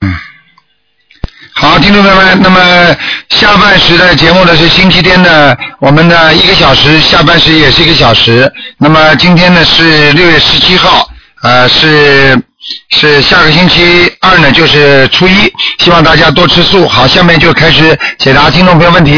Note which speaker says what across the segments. Speaker 1: 嗯众朋友们，那么下半时的节目呢是星期天的，我们的一个小时，下半时也是一个小时。那么今天呢是六月十七号，呃是是下个星期二呢就是初一，希望大家多吃素。好，下面就开始解答听众朋友问题。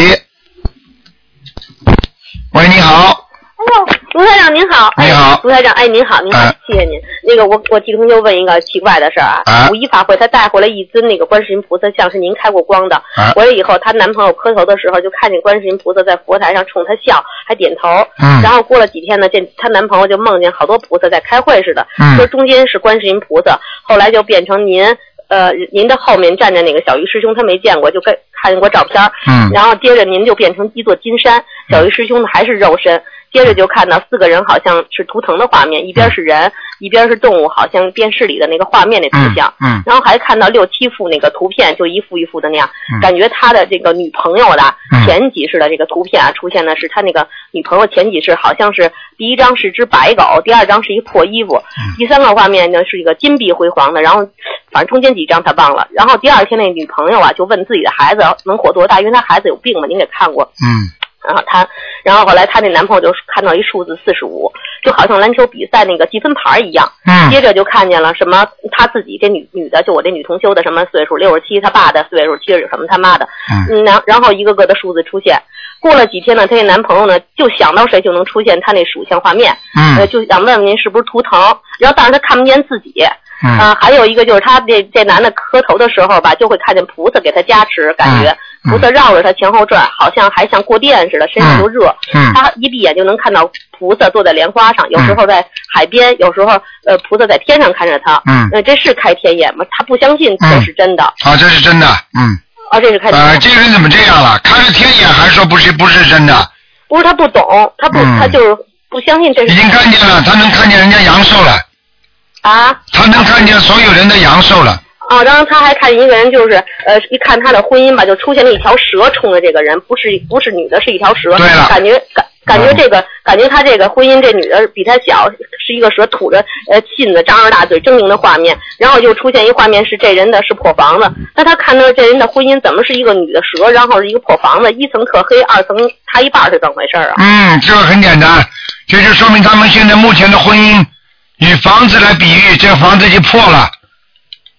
Speaker 1: 喂，你好，
Speaker 2: 哦，卢台长您好，
Speaker 1: 你
Speaker 2: 哎
Speaker 1: 好
Speaker 2: 卢台长，哎，您好，您好，
Speaker 1: 哎
Speaker 2: 谢谢您。那个我我替同学问一个奇怪的事儿啊，
Speaker 1: 哎
Speaker 2: 五一法会她带回来一尊那个观世音菩萨像，是您开过光的。
Speaker 1: 哎
Speaker 2: 回来以后，她男朋友磕头的时候就看见观世音菩萨在佛台上冲她笑，还点头。
Speaker 1: 嗯
Speaker 2: 然后过了几天呢，见她男朋友就梦见好多菩萨在开会似的，
Speaker 1: 嗯
Speaker 2: 说中间是观世音菩萨，后来就变成您。呃，您的后面站着那个小鱼师兄，他没见过，就跟看见过照片儿，
Speaker 1: 嗯
Speaker 2: 然后接着您就变成一座金山，小鱼师兄的还是肉身。接着就看到四个人好像是图腾的画面，一边是人，一边是动物，好像电视里的那个画面那图
Speaker 1: 嗯
Speaker 2: 像。
Speaker 1: 嗯
Speaker 2: 然后还看到六七幅那个图片，就一幅一幅的那样，
Speaker 1: 嗯
Speaker 2: 感觉他的这个女朋友的
Speaker 1: 嗯
Speaker 2: 前几世的这个图片啊，出现的是他那个女朋友前几世，好像是第一张是只白狗，第二张是一破衣服，
Speaker 1: 嗯
Speaker 2: 第三个画面呢是一个金碧辉煌的，然后反正中间几张他忘了。然后第二天那女朋友啊就问自己的孩子能活多大，因为他孩子有病嘛，您给看过，
Speaker 1: 嗯
Speaker 2: 然后她，然后后来她那男朋友就看到一数字四十五，就好像篮球比赛那个积分牌一样。
Speaker 1: 嗯
Speaker 2: 接着就看见了什么，她自己这女女的，就我这女同修的什么岁数六十七，她爸的岁数七十什么他妈的，
Speaker 1: 嗯
Speaker 2: 嗯，然然后一个个的数字出现。过了几天呢，她那男朋友呢就想到谁就能出现她那属相画面，呃，
Speaker 1: 嗯
Speaker 2: 就想问问您是不是图腾，然后但是她看不见自己，
Speaker 1: 嗯
Speaker 2: 啊，还有一个就是他这这男的磕头的时候吧，就会看见菩萨给他加持，感觉
Speaker 1: 嗯
Speaker 2: 菩萨绕着他前后转，好像还像过电似的，身上就热。
Speaker 1: 嗯
Speaker 2: 他一闭眼就能看到菩萨坐在莲花上，有时候在海边，有时候呃菩萨在天上看着他。
Speaker 1: 嗯，
Speaker 2: 呃，这是开天眼吗？他不相信这是真的，
Speaker 1: 好，这是真的，嗯。
Speaker 2: 啊，这是开天
Speaker 1: 啊，
Speaker 2: 眼，
Speaker 1: 这个人怎么这样了？看着天眼还说不是不是真的，
Speaker 2: 不是他不懂，他不
Speaker 1: 嗯
Speaker 2: 他就是不相信这
Speaker 1: 已
Speaker 2: 是
Speaker 1: 经看见了，他能看见人家阳寿了，
Speaker 2: 啊。
Speaker 1: 他能看见所有人的阳寿了。
Speaker 2: 啊，当然他还看一个人，就是呃，一看他的婚姻吧，就出现了一条蛇冲着这个人，不是不是女的，是一条蛇。
Speaker 1: 对了
Speaker 2: 感觉感感觉
Speaker 1: 嗯
Speaker 2: 这个、感觉他这个婚姻这女的比他小，是一个蛇吐着呃信子，张着大嘴狰狞的画面。然后又出现一画面是这人的是破房子，那他看到这人的婚姻怎么是一个女的蛇，然后是一个破房子，一层特黑，二层塌一半儿是怎么回事儿啊？
Speaker 1: 嗯，这个很简单，这就说明他们现在目前的婚姻以房子来比喻，这个房子已经破了，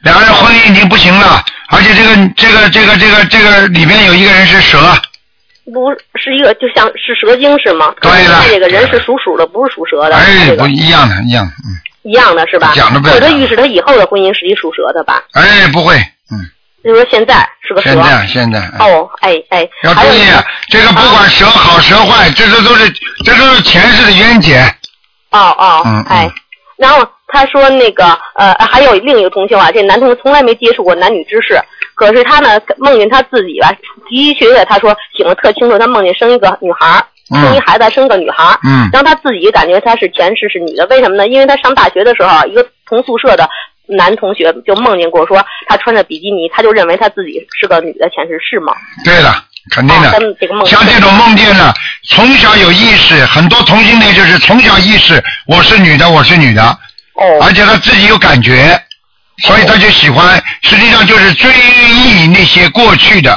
Speaker 1: 两个人婚姻已经不行了，而且这个这个这个这个这个里边有一个人是蛇，
Speaker 2: 不是一个就像是蛇精是吗？
Speaker 1: 对了
Speaker 2: 这个人是属鼠的，不是属蛇的。
Speaker 1: 哎
Speaker 2: 这，个
Speaker 1: 不一样的，一样的，嗯，
Speaker 2: 一样的是吧？
Speaker 1: 讲得不要
Speaker 2: 或者
Speaker 1: 讲
Speaker 2: 预示他以后的婚姻是一属蛇的吧？
Speaker 1: 哎，不会，嗯，
Speaker 2: 就是说现在是个蛇
Speaker 1: 现。在现在，哎
Speaker 2: 哦，哎哎，
Speaker 1: 要注
Speaker 2: 还有
Speaker 1: 意啊
Speaker 2: 一个，
Speaker 1: 这个不管蛇好蛇坏，这个都是这都是前世的冤结。
Speaker 2: 哦哦，
Speaker 1: 嗯嗯
Speaker 2: 哎，然后他说那个呃，还有另一个同修啊，这男同学从来没接触过男女之事，可是他呢梦见他自己吧，的确的，他说醒了特清楚，他梦见生一个女孩儿，生一
Speaker 1: 嗯
Speaker 2: 孩子还生个女孩儿，
Speaker 1: 嗯
Speaker 2: 让他自己感觉他是前世是女的，为什么呢？因为他上大学的时候，一个同宿舍的男同学就梦见过，说他穿着比基尼，他就认为他自己是个女的，前世是吗？
Speaker 1: 对了，肯定
Speaker 2: 啊，他
Speaker 1: 的。
Speaker 2: 们这个梦
Speaker 1: 像这种梦见呢，从小有意识，很多同性恋就是从小意识我是女的，我是女的，
Speaker 2: 哦
Speaker 1: 而且他自己有感觉，所以他就喜欢，实际上就是追忆那些过去的，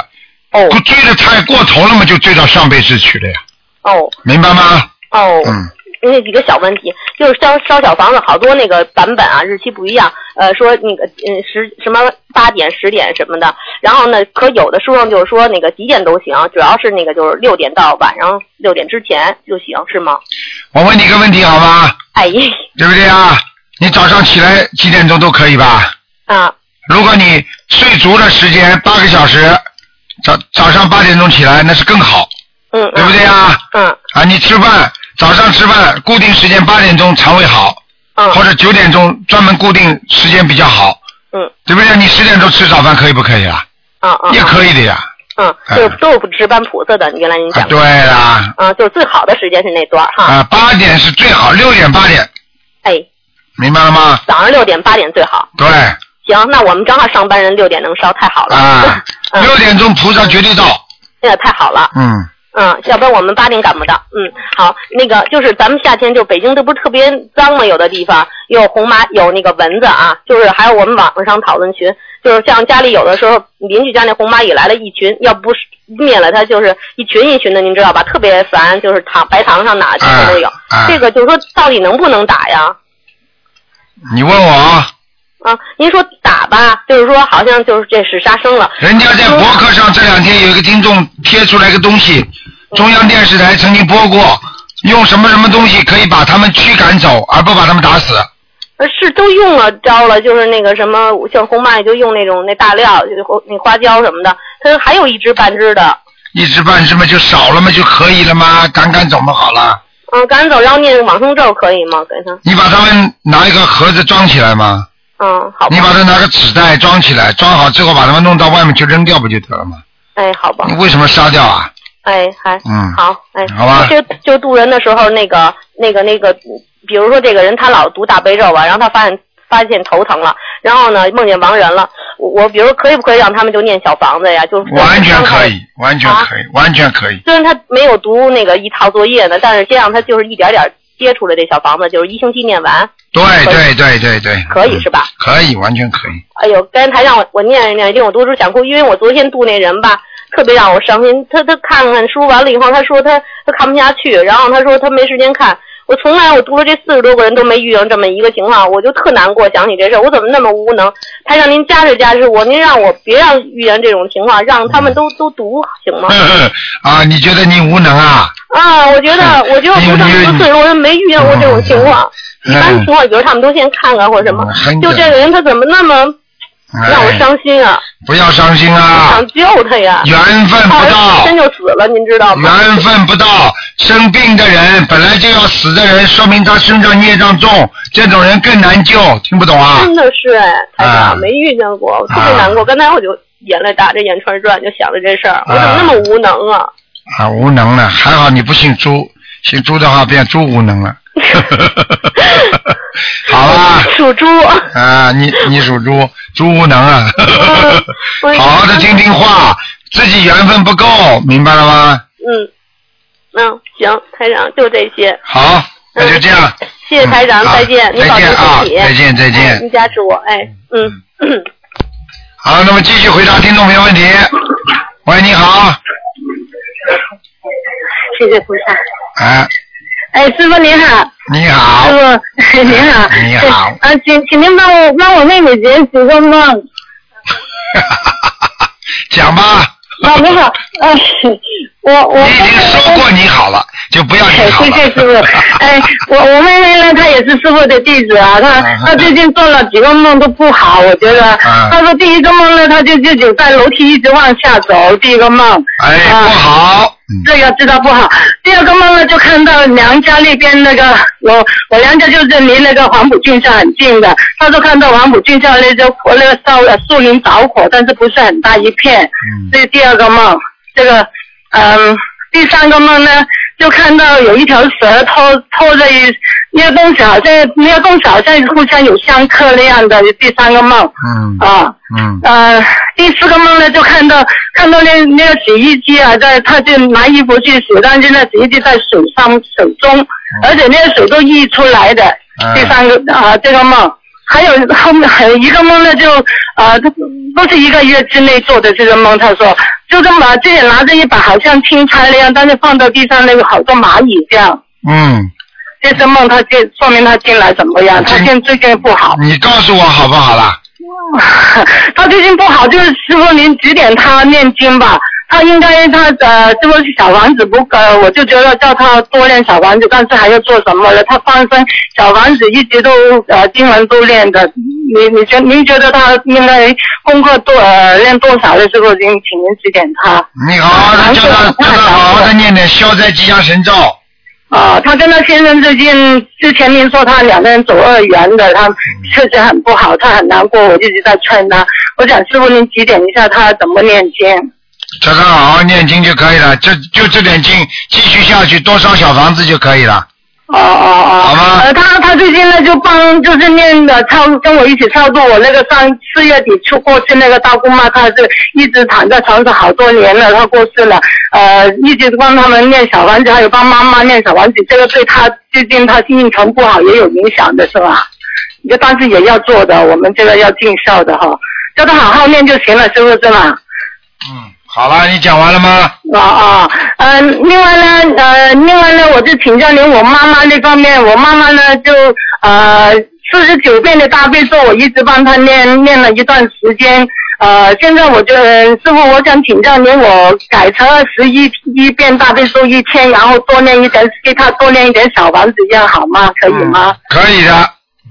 Speaker 2: 哦
Speaker 1: 追的太过头了嘛，就追到上辈子去了呀，
Speaker 2: 哦
Speaker 1: 明白吗？
Speaker 2: 哦，
Speaker 1: 嗯
Speaker 2: 那几个小问题，就是烧烧小房子好多那个版本啊，日期不一样，呃，说那个嗯十什么八点十点什么的，然后呢，可有的时候就是说那个几点都行，主要是那个就是六点到晚上六点之前就行，是吗？
Speaker 1: 我问你一个问题好吗？
Speaker 2: 哎
Speaker 1: 对不对啊？你早上起来几点钟都可以吧？
Speaker 2: 啊，
Speaker 1: 如果你睡足了时间八个小时，早早上八点钟起来那是更好，
Speaker 2: 嗯，
Speaker 1: 对不对啊？
Speaker 2: 嗯
Speaker 1: 啊，你吃饭早上吃饭固定时间八点钟肠胃好，
Speaker 2: 嗯
Speaker 1: 或者九点钟专门固定时间比较好，
Speaker 2: 嗯
Speaker 1: 对不对？你十点钟吃早饭可以不可以啊？
Speaker 2: 嗯嗯，
Speaker 1: 也可以的呀。
Speaker 2: 嗯，就是都是不值班菩萨的，原来您
Speaker 1: 啊，
Speaker 2: 讲的，
Speaker 1: 对啦，
Speaker 2: 啊，就是最好的时间是那段儿哈，
Speaker 1: 啊，八点是最好，六点八点，
Speaker 2: 哎，
Speaker 1: 明白了吗？
Speaker 2: 早上六点八点最好。
Speaker 1: 对，
Speaker 2: 行，那我们正好上班人六点能烧，太好了。
Speaker 1: 啊，
Speaker 2: 嗯
Speaker 1: 六点钟菩萨绝对到，
Speaker 2: 那也太好了。
Speaker 1: 嗯，
Speaker 2: 嗯，要不然我们八点赶不到。嗯，好，那个就是咱们夏天就北京这不是特别脏吗？有的地方有红蚂，有那个蚊子啊，就是还有我们网上讨论群，就是像家里有的时候邻居家那红蚂蚁来了一群，要不是灭了它，就是一群一群的，您知道吧？特别烦，就是躺白糖上哪去都有。
Speaker 1: 啊
Speaker 2: 这个就是说到底能不能打呀？
Speaker 1: 你问我啊，
Speaker 2: 啊，您说打吧，就是说好像就是这是杀生了。
Speaker 1: 人家在博客上这两天有一个听众贴出来个东西，中央电视台曾经播过，用什么什么东西可以把他们驱赶走，而不把他们打死。
Speaker 2: 呃，是都用了招了，就是那个什么，像红蚂蚁就用那种那大料，就是红那花椒什么的。它还有一只半只的，
Speaker 1: 一只半只嘛就少了嘛就可以了嘛，赶赶走嘛好了。
Speaker 2: 嗯，赶走，然后念往生咒可以吗？给它，
Speaker 1: 你把他们拿一个盒子装起来嘛，
Speaker 2: 嗯，好吧
Speaker 1: 你，把它拿个纸袋装起来，装好之后把它们弄到外面去扔掉不就得了嘛？
Speaker 2: 哎，好吧
Speaker 1: 你，为什么杀掉啊？
Speaker 2: 哎，还
Speaker 1: 嗯
Speaker 2: 好，哎，
Speaker 1: 好吧
Speaker 2: 就就渡人的时候，那个那个那个，比如说这个人他老读大悲咒吧，啊然后他发现发现头疼了，然后呢梦见亡人了，我我比如可以不可以让他们就念小房子呀？就是
Speaker 1: 完全可
Speaker 2: 嗯
Speaker 1: 以，完全可以，完全可以。
Speaker 2: 虽然他没有读那个一套作业呢，但是先让他就是一点点接触了这小房子，就是一星期念完，
Speaker 1: 对对对对对，
Speaker 2: 可以是吧？
Speaker 1: 可以，完全可以。
Speaker 2: 哎呦，刚才让我我念一念，令我多出想哭，因为我昨天度那人吧，特别让我伤心。他他看看书完了以后，他说他他看不下去，然后他说他没时间看。我从来我读了这四十多个人都没遇上这么一个情况，我就特难过。想起这事儿，我怎么那么无能？他让您加持加持我，您让我别让遇见这种情况，让他们都都读行吗？
Speaker 1: 啊，你觉得你无能啊？
Speaker 2: 啊，我觉
Speaker 1: 嗯
Speaker 2: 得，我觉
Speaker 1: 哎
Speaker 2: 得不上十岁，我也没遇见过这
Speaker 1: 哦
Speaker 2: 种情况。一般情况，比如他们都先看看或者什么
Speaker 1: 嗯很，
Speaker 2: 就
Speaker 1: 简
Speaker 2: 这个人他怎么那么让我
Speaker 1: 哎
Speaker 2: 伤心啊？
Speaker 1: 不要伤心
Speaker 2: 我
Speaker 1: 啊
Speaker 2: 想，救他呀，
Speaker 1: 缘分
Speaker 2: 他
Speaker 1: 不
Speaker 2: 儿
Speaker 1: 到
Speaker 2: 子，真就死了，您知道吗？
Speaker 1: 缘分不到，生病的人本来就要死的人，说明他身上孽障重，这种人更难救，听不懂啊？
Speaker 2: 真的是哎，台
Speaker 1: 啊
Speaker 2: 长没遇见过，我特别难过。刚才我就眼泪打着眼圈转，就想着这事儿，我怎么那么无能啊？
Speaker 1: 啊，无能了，还好你不姓朱，姓朱的话变猪无能 了。好啦，
Speaker 2: 属猪，
Speaker 1: 啊，你你属猪，猪无能啊
Speaker 2: 嗯我，
Speaker 1: 好好的听听话，自己缘分不够，明白了吗？
Speaker 2: 嗯嗯，行，台长就这些，
Speaker 1: 好，那就这样。
Speaker 2: 谢谢台长，
Speaker 1: 嗯
Speaker 2: 再见，
Speaker 1: 好
Speaker 2: 您保
Speaker 1: 再
Speaker 2: 重
Speaker 1: 见啊
Speaker 2: 身体，，
Speaker 1: 再见再
Speaker 2: 哎
Speaker 1: 见。
Speaker 2: 您加持我，哎，嗯。
Speaker 1: 好，那么继续回答听众朋友问题。喂，你好，
Speaker 3: 谢谢菩萨。
Speaker 1: 哎，
Speaker 3: 哎，师傅您好，
Speaker 1: 你好
Speaker 3: 师，傅 您好，
Speaker 1: 你好
Speaker 3: 哎 啊，请请您帮我帮我妹妹姐几个 梦，啊
Speaker 1: 讲吧，
Speaker 3: 啊 不好，哎，我我
Speaker 1: 你已经说 过你好了，就不要你好
Speaker 3: 谢谢师
Speaker 1: 了。
Speaker 3: 傅。哎，我我妹妹呢，她也是师傅的弟子啊，她
Speaker 1: 嗯
Speaker 3: 她最近做了几个梦都不好，我觉得。
Speaker 1: 嗯
Speaker 3: 她说第一个梦呢，她就就就在楼梯一直往下走，第一个梦。
Speaker 1: 哎，
Speaker 3: 啊
Speaker 1: 不好，嗯
Speaker 3: 这个知道不好。第二个梦呢，就看到娘家那边那个我我娘家就是离那个黄埔郡校很近的，他说看到黄埔郡校那个火那个烧呃树林着火，但是不是很大一片。
Speaker 1: 嗯
Speaker 3: 这是第二个梦，这个嗯，第三个梦呢，就看到有一条蛇拖拖着一那个洞小，好像那个洞小好像互相有相克那样的。第三个梦
Speaker 1: 嗯
Speaker 3: 啊。
Speaker 1: 嗯
Speaker 3: 呃，第四个梦呢，就看到看到那那个洗衣机啊，在他就拿衣服去洗，但是那洗衣机在手上手中，而且那个手都溢出来的。
Speaker 1: 嗯
Speaker 3: 第三个啊、这个梦，还有后面还有一个梦呢，就呃，都都是一个月之内做的这个梦。他说，就这么自己拿着一把好像青菜那样，但是放到地上那个好多蚂蚁这样。
Speaker 1: 嗯，
Speaker 3: 这个梦他就说明他近来怎么样？他
Speaker 1: 这
Speaker 3: 现在最近不好。
Speaker 1: 你告诉我好不好啦？
Speaker 3: 他最近不好，就是师傅您指点他念经吧。他应该他呃，这个小房子不呃，我就觉得叫他多练小房子，但是还要做什么呢？他翻身小房子一直都呃经文都练的，你你觉您觉得他应该功课多呃练多少的时候，您请您指点他。
Speaker 1: 你好好的
Speaker 3: 嗯
Speaker 1: 叫他，
Speaker 3: 嗯
Speaker 1: 叫他好好的念点消灾吉祥神咒。
Speaker 3: 啊、他跟他先生最近之前您说他两个人走二元的，他确实很不好，他很难过，我一直在劝他。我想师傅您指点一下他怎么念经。
Speaker 1: 叫他好好念经就可以了，就就这点经，继续下去多烧小房子就可以了。
Speaker 3: 哦哦哦，
Speaker 1: 好吧
Speaker 3: 呃，他他最近呢就帮就是念呃的操，跟我一起操作我那个上四月底出过去那个大姑妈，她是一直躺在床上好多年了，她过世了，呃，一直帮他们念小丸子，还有帮妈妈念小丸子，这个对她最近她心情不好也有影响的是吧？就但是也要做的，我们这个要尽孝的哈。叫他好好念就行了，是不是嘛？
Speaker 1: 嗯，好了，你讲完了吗？
Speaker 3: 哦哦，呃，另外呢，呃，另外呢，我就请教您我妈妈那方面，我妈妈呢就呃四十九遍的大悲咒，我一直帮她念念了一段时间，呃，现在我就、呃师傅，我想请教您，我改成二十一一遍大悲咒一天，然后多念一点，给她多念一点小房子，这样好吗？可以吗？
Speaker 1: 嗯可以的，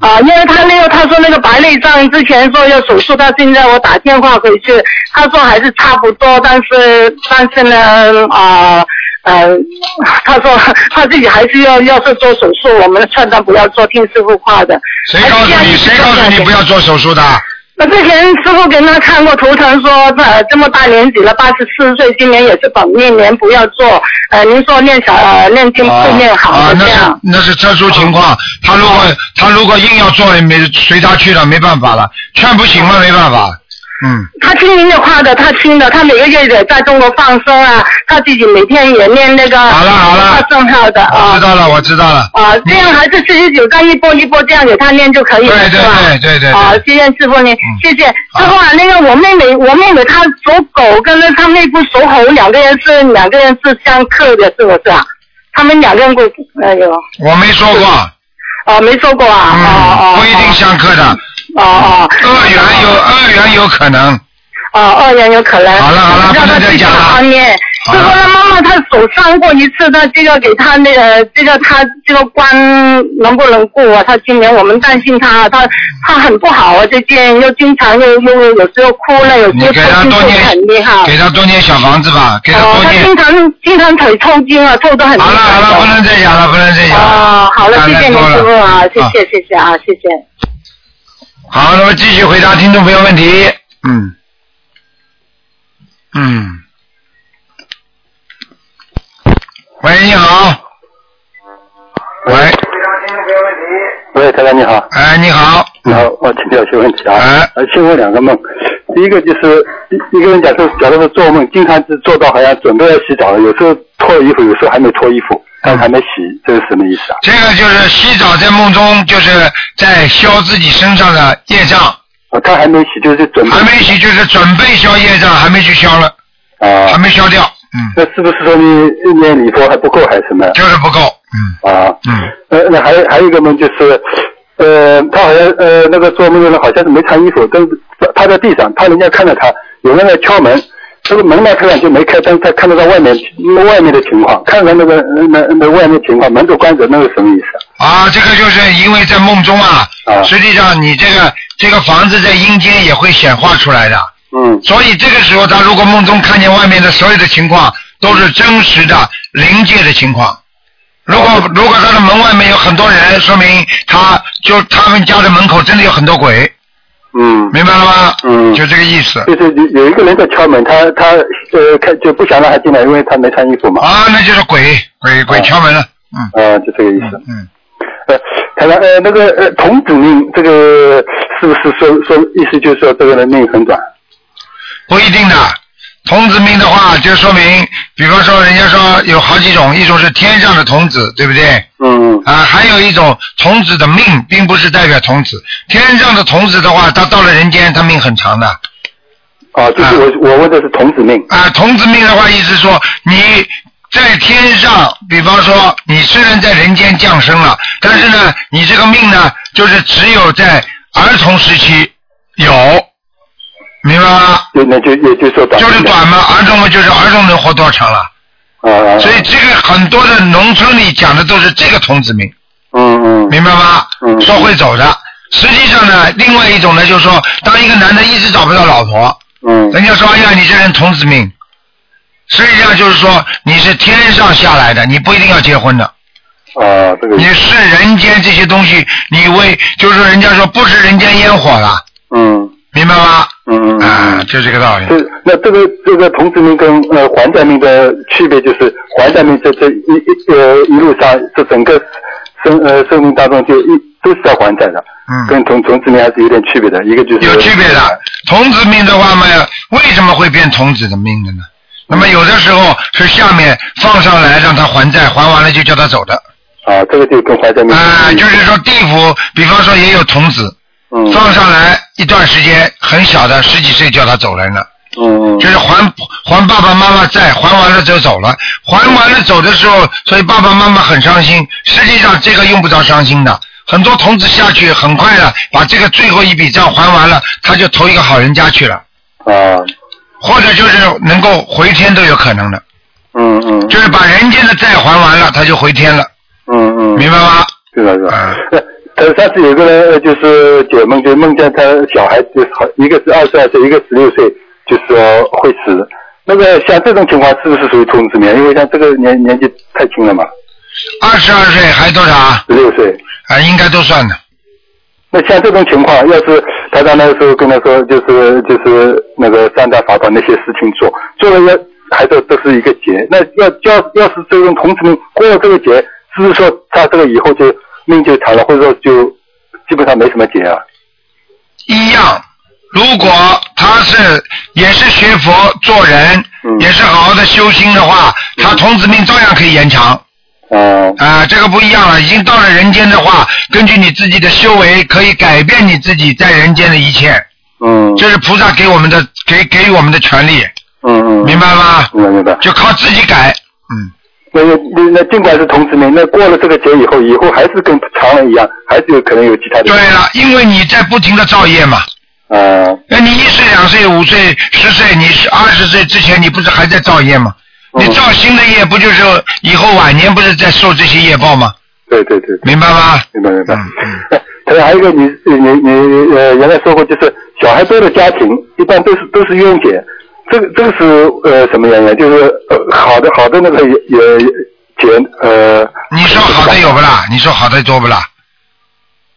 Speaker 3: 啊，因为他那个他说那个白内障之前说要手术，到现在我打电话回去，他说还是差不多，但是但是呢啊呃他说他自己还是要要是做手术，我们劝他不要做，听师傅话的。
Speaker 1: 谁告诉
Speaker 3: 还是
Speaker 1: 你？
Speaker 3: 要
Speaker 1: 谁告诉你不要做手术的？
Speaker 3: 那之前师傅给他看过图腾说，呃，这么大年纪了，八十四岁，今年也是本命年，不要做。呃，您说念小呃念经
Speaker 1: 啊
Speaker 3: 不念好
Speaker 1: 啊，
Speaker 3: 的
Speaker 1: 那
Speaker 3: 这样。
Speaker 1: 是那是特殊情况。他如果他如果硬要做，也没随他去了，没办法了，劝不行了，没办法。嗯，
Speaker 3: 他听您的话的，他听的，他每个月也在中国放生啊，他自己每天也念那个
Speaker 1: 好了好了
Speaker 3: 大圣号的
Speaker 1: 我知
Speaker 3: 啊
Speaker 1: 道了，我知道了。
Speaker 3: 啊，这样还是四十九张一波一波这样给他念就可以
Speaker 1: 对
Speaker 3: 了，
Speaker 1: 对
Speaker 3: 是吧？
Speaker 1: 对对嗯对。
Speaker 3: 好，谢谢师傅您，谢谢师傅啊。那个我妹妹，我妹妹她属狗，跟着她妹夫属猴，两个人是两个人是相克的，是不是啊？他们两个人过，哎呦，
Speaker 1: 我没说过，
Speaker 3: 哦，没说过啊，哦
Speaker 1: 嗯，
Speaker 3: 哦，
Speaker 1: 不一定相克的，
Speaker 3: 哦哦
Speaker 1: 二元有二元有可能。
Speaker 3: 哦，二元有可能。
Speaker 1: 好了好了
Speaker 3: 让
Speaker 1: 不
Speaker 3: 他
Speaker 1: 能再
Speaker 3: 去
Speaker 1: 讲了
Speaker 3: 好好念。
Speaker 1: 好
Speaker 3: 师
Speaker 1: 了
Speaker 3: 傅，他妈妈她手伤过一次，她这个给她那个这个她这个关能不能过啊？她今年我们担心她，她她很不好啊，最近又经常又又有时候哭了，有时
Speaker 1: 你
Speaker 3: 候
Speaker 1: 给他
Speaker 3: 抽
Speaker 1: 多
Speaker 3: 筋
Speaker 1: 念
Speaker 3: 很厉害。，
Speaker 4: 啊
Speaker 1: 给他多念小房子吧，给他
Speaker 3: 哦，
Speaker 1: 多
Speaker 3: 她
Speaker 1: 念
Speaker 3: 经。常经常腿抽筋啊，抽得很厉
Speaker 1: 好了
Speaker 3: 害
Speaker 1: 好
Speaker 3: 的。
Speaker 1: 了，不能再讲了，不能再讲了。
Speaker 3: 哦，好了，谢谢您
Speaker 1: 啊
Speaker 3: 师傅啊，谢
Speaker 1: 啊
Speaker 3: 谢谢谢啊，谢谢。
Speaker 1: 好，那么继续回答听众朋友问题。嗯，嗯。喂，你好。喂，
Speaker 4: 喂，台长你好，
Speaker 1: 哎，你好。
Speaker 4: 你好，我请教有些问题啊
Speaker 1: 哎，
Speaker 4: 呃，先问两个梦，第一个就是一一个人假设假如说做梦，经常是做到好像准备要洗澡了，有时候脱了衣服，有时候还没脱衣服，但是还没洗，
Speaker 1: 嗯
Speaker 4: 这是什么意思啊？
Speaker 1: 这个就是洗澡在梦中，就是在消自己身上的业障，
Speaker 4: 啊，他还没洗，就是准备
Speaker 1: 还没洗就是准备消业障，还没去消了，还
Speaker 4: 啊，
Speaker 1: 没消掉，嗯，
Speaker 4: 那是不是说你一年礼佛还不够还是什么？
Speaker 1: 就是不够，嗯
Speaker 4: 啊，
Speaker 1: 嗯，
Speaker 4: 呃，那还有还有一个梦就是，呃，他好像呃那个做梦的人好像是没穿衣服，但是他在地上，他人家看到他，有人来敲门，这个门呢突然就没开，但是他看得到外面外面的情况，看到那个呃那那外面情况，门都关着，那是什么意思？
Speaker 1: 啊，这个就是因为在梦中啊，
Speaker 4: 啊
Speaker 1: 实际上你这个这个房子在阴间也会显化出来的，
Speaker 4: 嗯，
Speaker 1: 所以这个时候，他如果梦中看见外面的所有的情况都是真实的临界的情况，如
Speaker 4: 啊
Speaker 1: 果如果他的门外面有很多人，说明他就他们家的门口真的有很多鬼，
Speaker 4: 嗯，
Speaker 1: 明白了吗？
Speaker 4: 嗯
Speaker 1: 就这个意思。
Speaker 4: 就是有有一个人在敲门，他他呃看就不想让他进来，因为他没穿衣服嘛，
Speaker 1: 啊，那就是鬼鬼鬼敲门了，嗯
Speaker 4: 啊，就这个意思。
Speaker 1: 嗯，
Speaker 4: 呃，台长，呃，那个呃，童子命这个是不是说说意思就是说这个人命很短？
Speaker 1: 不一定的。童子命的话，就说明，比方说，人家说有好几种，一种是天上的童子，对不对？
Speaker 4: 嗯
Speaker 1: 啊，还有一种童子的命，并不是代表童子。天上的童子的话，他到了人间，他命很长的。
Speaker 4: 啊，就是我、我问的是童子命。
Speaker 1: 啊，童子命的话，意思说你在天上，比方说你虽然在人间降生了，但是呢，你这个命呢，就是只有在儿童时期有，明白吗？
Speaker 4: 就那就也就是说短
Speaker 1: 就是
Speaker 4: 命的
Speaker 1: 短嘛，儿童嘛，就是儿童能活多长了？
Speaker 4: 啊，
Speaker 1: 所以这个很多的农村里讲的都是这个童子命。
Speaker 4: 嗯嗯
Speaker 1: 明白吗？
Speaker 4: 嗯
Speaker 1: 说会走的。实际上呢，另外一种呢，就是说，当一个男的一直找不到老婆，
Speaker 4: 嗯
Speaker 1: 人家说，哎呀，你这人童子命。实际上就是说，你是天上下来的，你不一定要结婚的。
Speaker 4: 啊，这个
Speaker 1: 你是人间这些东西，你为就是人家说不食人间烟火了，
Speaker 4: 嗯
Speaker 1: 明白吗？
Speaker 4: 嗯
Speaker 1: 啊，
Speaker 4: 嗯，
Speaker 1: 就这个道理。
Speaker 4: 这那这个这个童子命跟呃还债命的区别就是还债命这这一一呃一路上这整个生呃生命当中就一都是要还债的，
Speaker 1: 嗯，
Speaker 4: 跟童童子命还是有点区别的，一个就是
Speaker 1: 有区别的。童子命的话嘛，为什么会变童子的命的呢？那么有的时候是下面放上来让他还债，还完了就叫他走的。
Speaker 4: 啊，这个就跟还债命
Speaker 1: 啊、就是说地府，比方说也有童子，
Speaker 4: 嗯
Speaker 1: 放上来一段时间，很小的十几岁叫他走人了，
Speaker 4: 嗯
Speaker 1: 就是还还爸爸妈妈债，还完了就走了，还完了走的时候，所以爸爸妈妈很伤心。实际上这个用不着伤心的，很多童子下去很快的把这个最后一笔账还完了，他就投一个好人家去了，
Speaker 4: 啊，
Speaker 1: 或者就是能够回天都有可能的，
Speaker 4: 嗯嗯
Speaker 1: 就是把人间的债还完了，他就回天了，
Speaker 4: 嗯嗯，
Speaker 1: 明白吗？
Speaker 4: 对了对
Speaker 1: 啊
Speaker 4: 了。呃但上次有一个人呃就是解梦，就梦见他小孩就是好，一个是二十二岁，一个十六岁，就是说会死。那个像这种情况是不是属于童子命？因为像这个年年纪太轻了嘛，
Speaker 1: 二十二岁还多少啊？
Speaker 4: 十六岁。
Speaker 1: 啊，应该都算的。
Speaker 4: 那像这种情况，要是台长那个时候跟他说，就是就是那个三大法宝那些事情做，做了要还是都是一个劫。那要要要是这种同志命过了这个劫，是不是说他这个以后就命就长了，或者说就基本上没什么劫啊？
Speaker 1: 一样，如果他是也是学佛做人，
Speaker 4: 嗯
Speaker 1: 也是好好的修心的话，他童子命照样可以延长
Speaker 4: 哦、
Speaker 1: 啊、这个不一样了。已经到了人间的话，根据你自己的修为，可以改变你自己在人间的一切，
Speaker 4: 嗯，
Speaker 1: 这是菩萨给我们的给给予我们的权利，啊
Speaker 4: 嗯嗯，
Speaker 1: 明白吗？
Speaker 4: 明白明白。
Speaker 1: 就靠自己改，嗯，
Speaker 4: 那那那尽管是同志命，那过了这个劫以后，以后还是跟常人一样，还是有可能有其他的。
Speaker 1: 对了，因为你在不停的造业嘛。
Speaker 4: 啊、
Speaker 1: 那你一岁、两岁、五岁、十岁，你是二十岁之前，你不是还在造业吗？
Speaker 4: 嗯
Speaker 1: 你造新的业，不就是以后晚年不是在受这些业报吗？
Speaker 4: 对对对。
Speaker 1: 明白吗？
Speaker 4: 明白明白
Speaker 1: 嗯嗯。
Speaker 4: 可能 还有一个你你你呃原来说过，就是小孩多的家庭一般都是都是冤结，这个这个是呃什么原因？就是呃好的好的那个也也结呃。
Speaker 1: 你说好的有不啦？你说好的多不啦？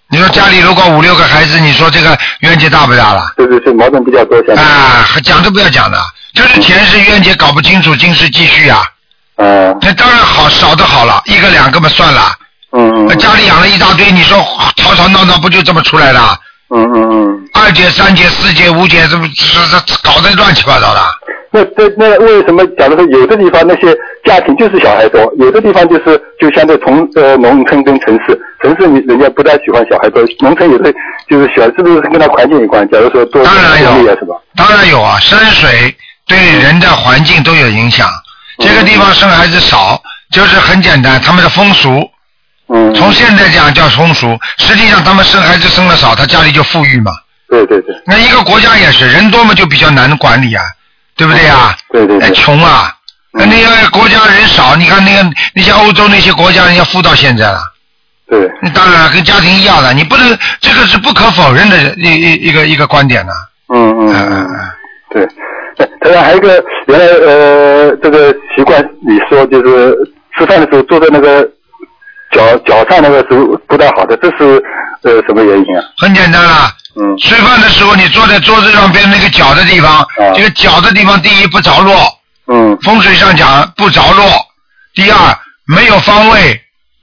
Speaker 1: 你说家里如果五六个孩子，你说这个冤结大不大啦？
Speaker 4: 对对对，矛盾比较多，现在。
Speaker 1: 啊，讲都不要讲的，就是前世冤结搞不清楚，今世继续啊。
Speaker 4: 啊
Speaker 1: 那当然好，少的好了，一个两个嘛算了。
Speaker 4: 嗯嗯
Speaker 1: 那家里养了一大堆，你说吵吵闹闹不就这么出来的？
Speaker 4: 嗯嗯嗯。
Speaker 1: 二节、三节、四节、五节，这不这这这搞得乱七八糟的。
Speaker 4: 那那那为什么？假如说有的地方那些家庭就是小孩多，有的地方就是就相对从呃农村跟城市，城市你人家不太喜欢小孩多，农村有的就是喜欢，是不是跟他环境有关？假如说多
Speaker 1: 当然有
Speaker 4: 努力啊，是吧？
Speaker 1: 当然有啊，山水对人的环境都有影响。
Speaker 4: 嗯
Speaker 1: 这个地方生孩子少，就是很简单，他们的风俗。
Speaker 4: 嗯，
Speaker 1: 从现在讲叫风俗，实际上他们生孩子生的少，他家里就富裕嘛。
Speaker 4: 对对对，
Speaker 1: 那一个国家也是，人多嘛就比较难管理啊，对不对啊？
Speaker 4: 嗯对对
Speaker 1: 哎，
Speaker 4: 对，
Speaker 1: 穷啊！那
Speaker 4: 嗯
Speaker 1: 那个国家人少，你看那个那些欧洲那些国家，人家富到现在了。
Speaker 4: 对，
Speaker 1: 那当然了，跟家庭一样的，你不能，这个是不可否认的一一一个一个观点呐、
Speaker 4: 嗯嗯
Speaker 1: 嗯
Speaker 4: 嗯，对。哎当然还有一个原来呃这个习惯，你说就是吃饭的时候坐在那个脚脚上那个是不太好的，这是呃什么原因啊？
Speaker 1: 很简单啦。
Speaker 4: 嗯
Speaker 1: 吃饭的时候，你坐在桌子上边那个脚的地方，
Speaker 4: 嗯
Speaker 1: 这个脚的地方，第一不着落，
Speaker 4: 嗯
Speaker 1: 风水上讲不着落；第二没有方位；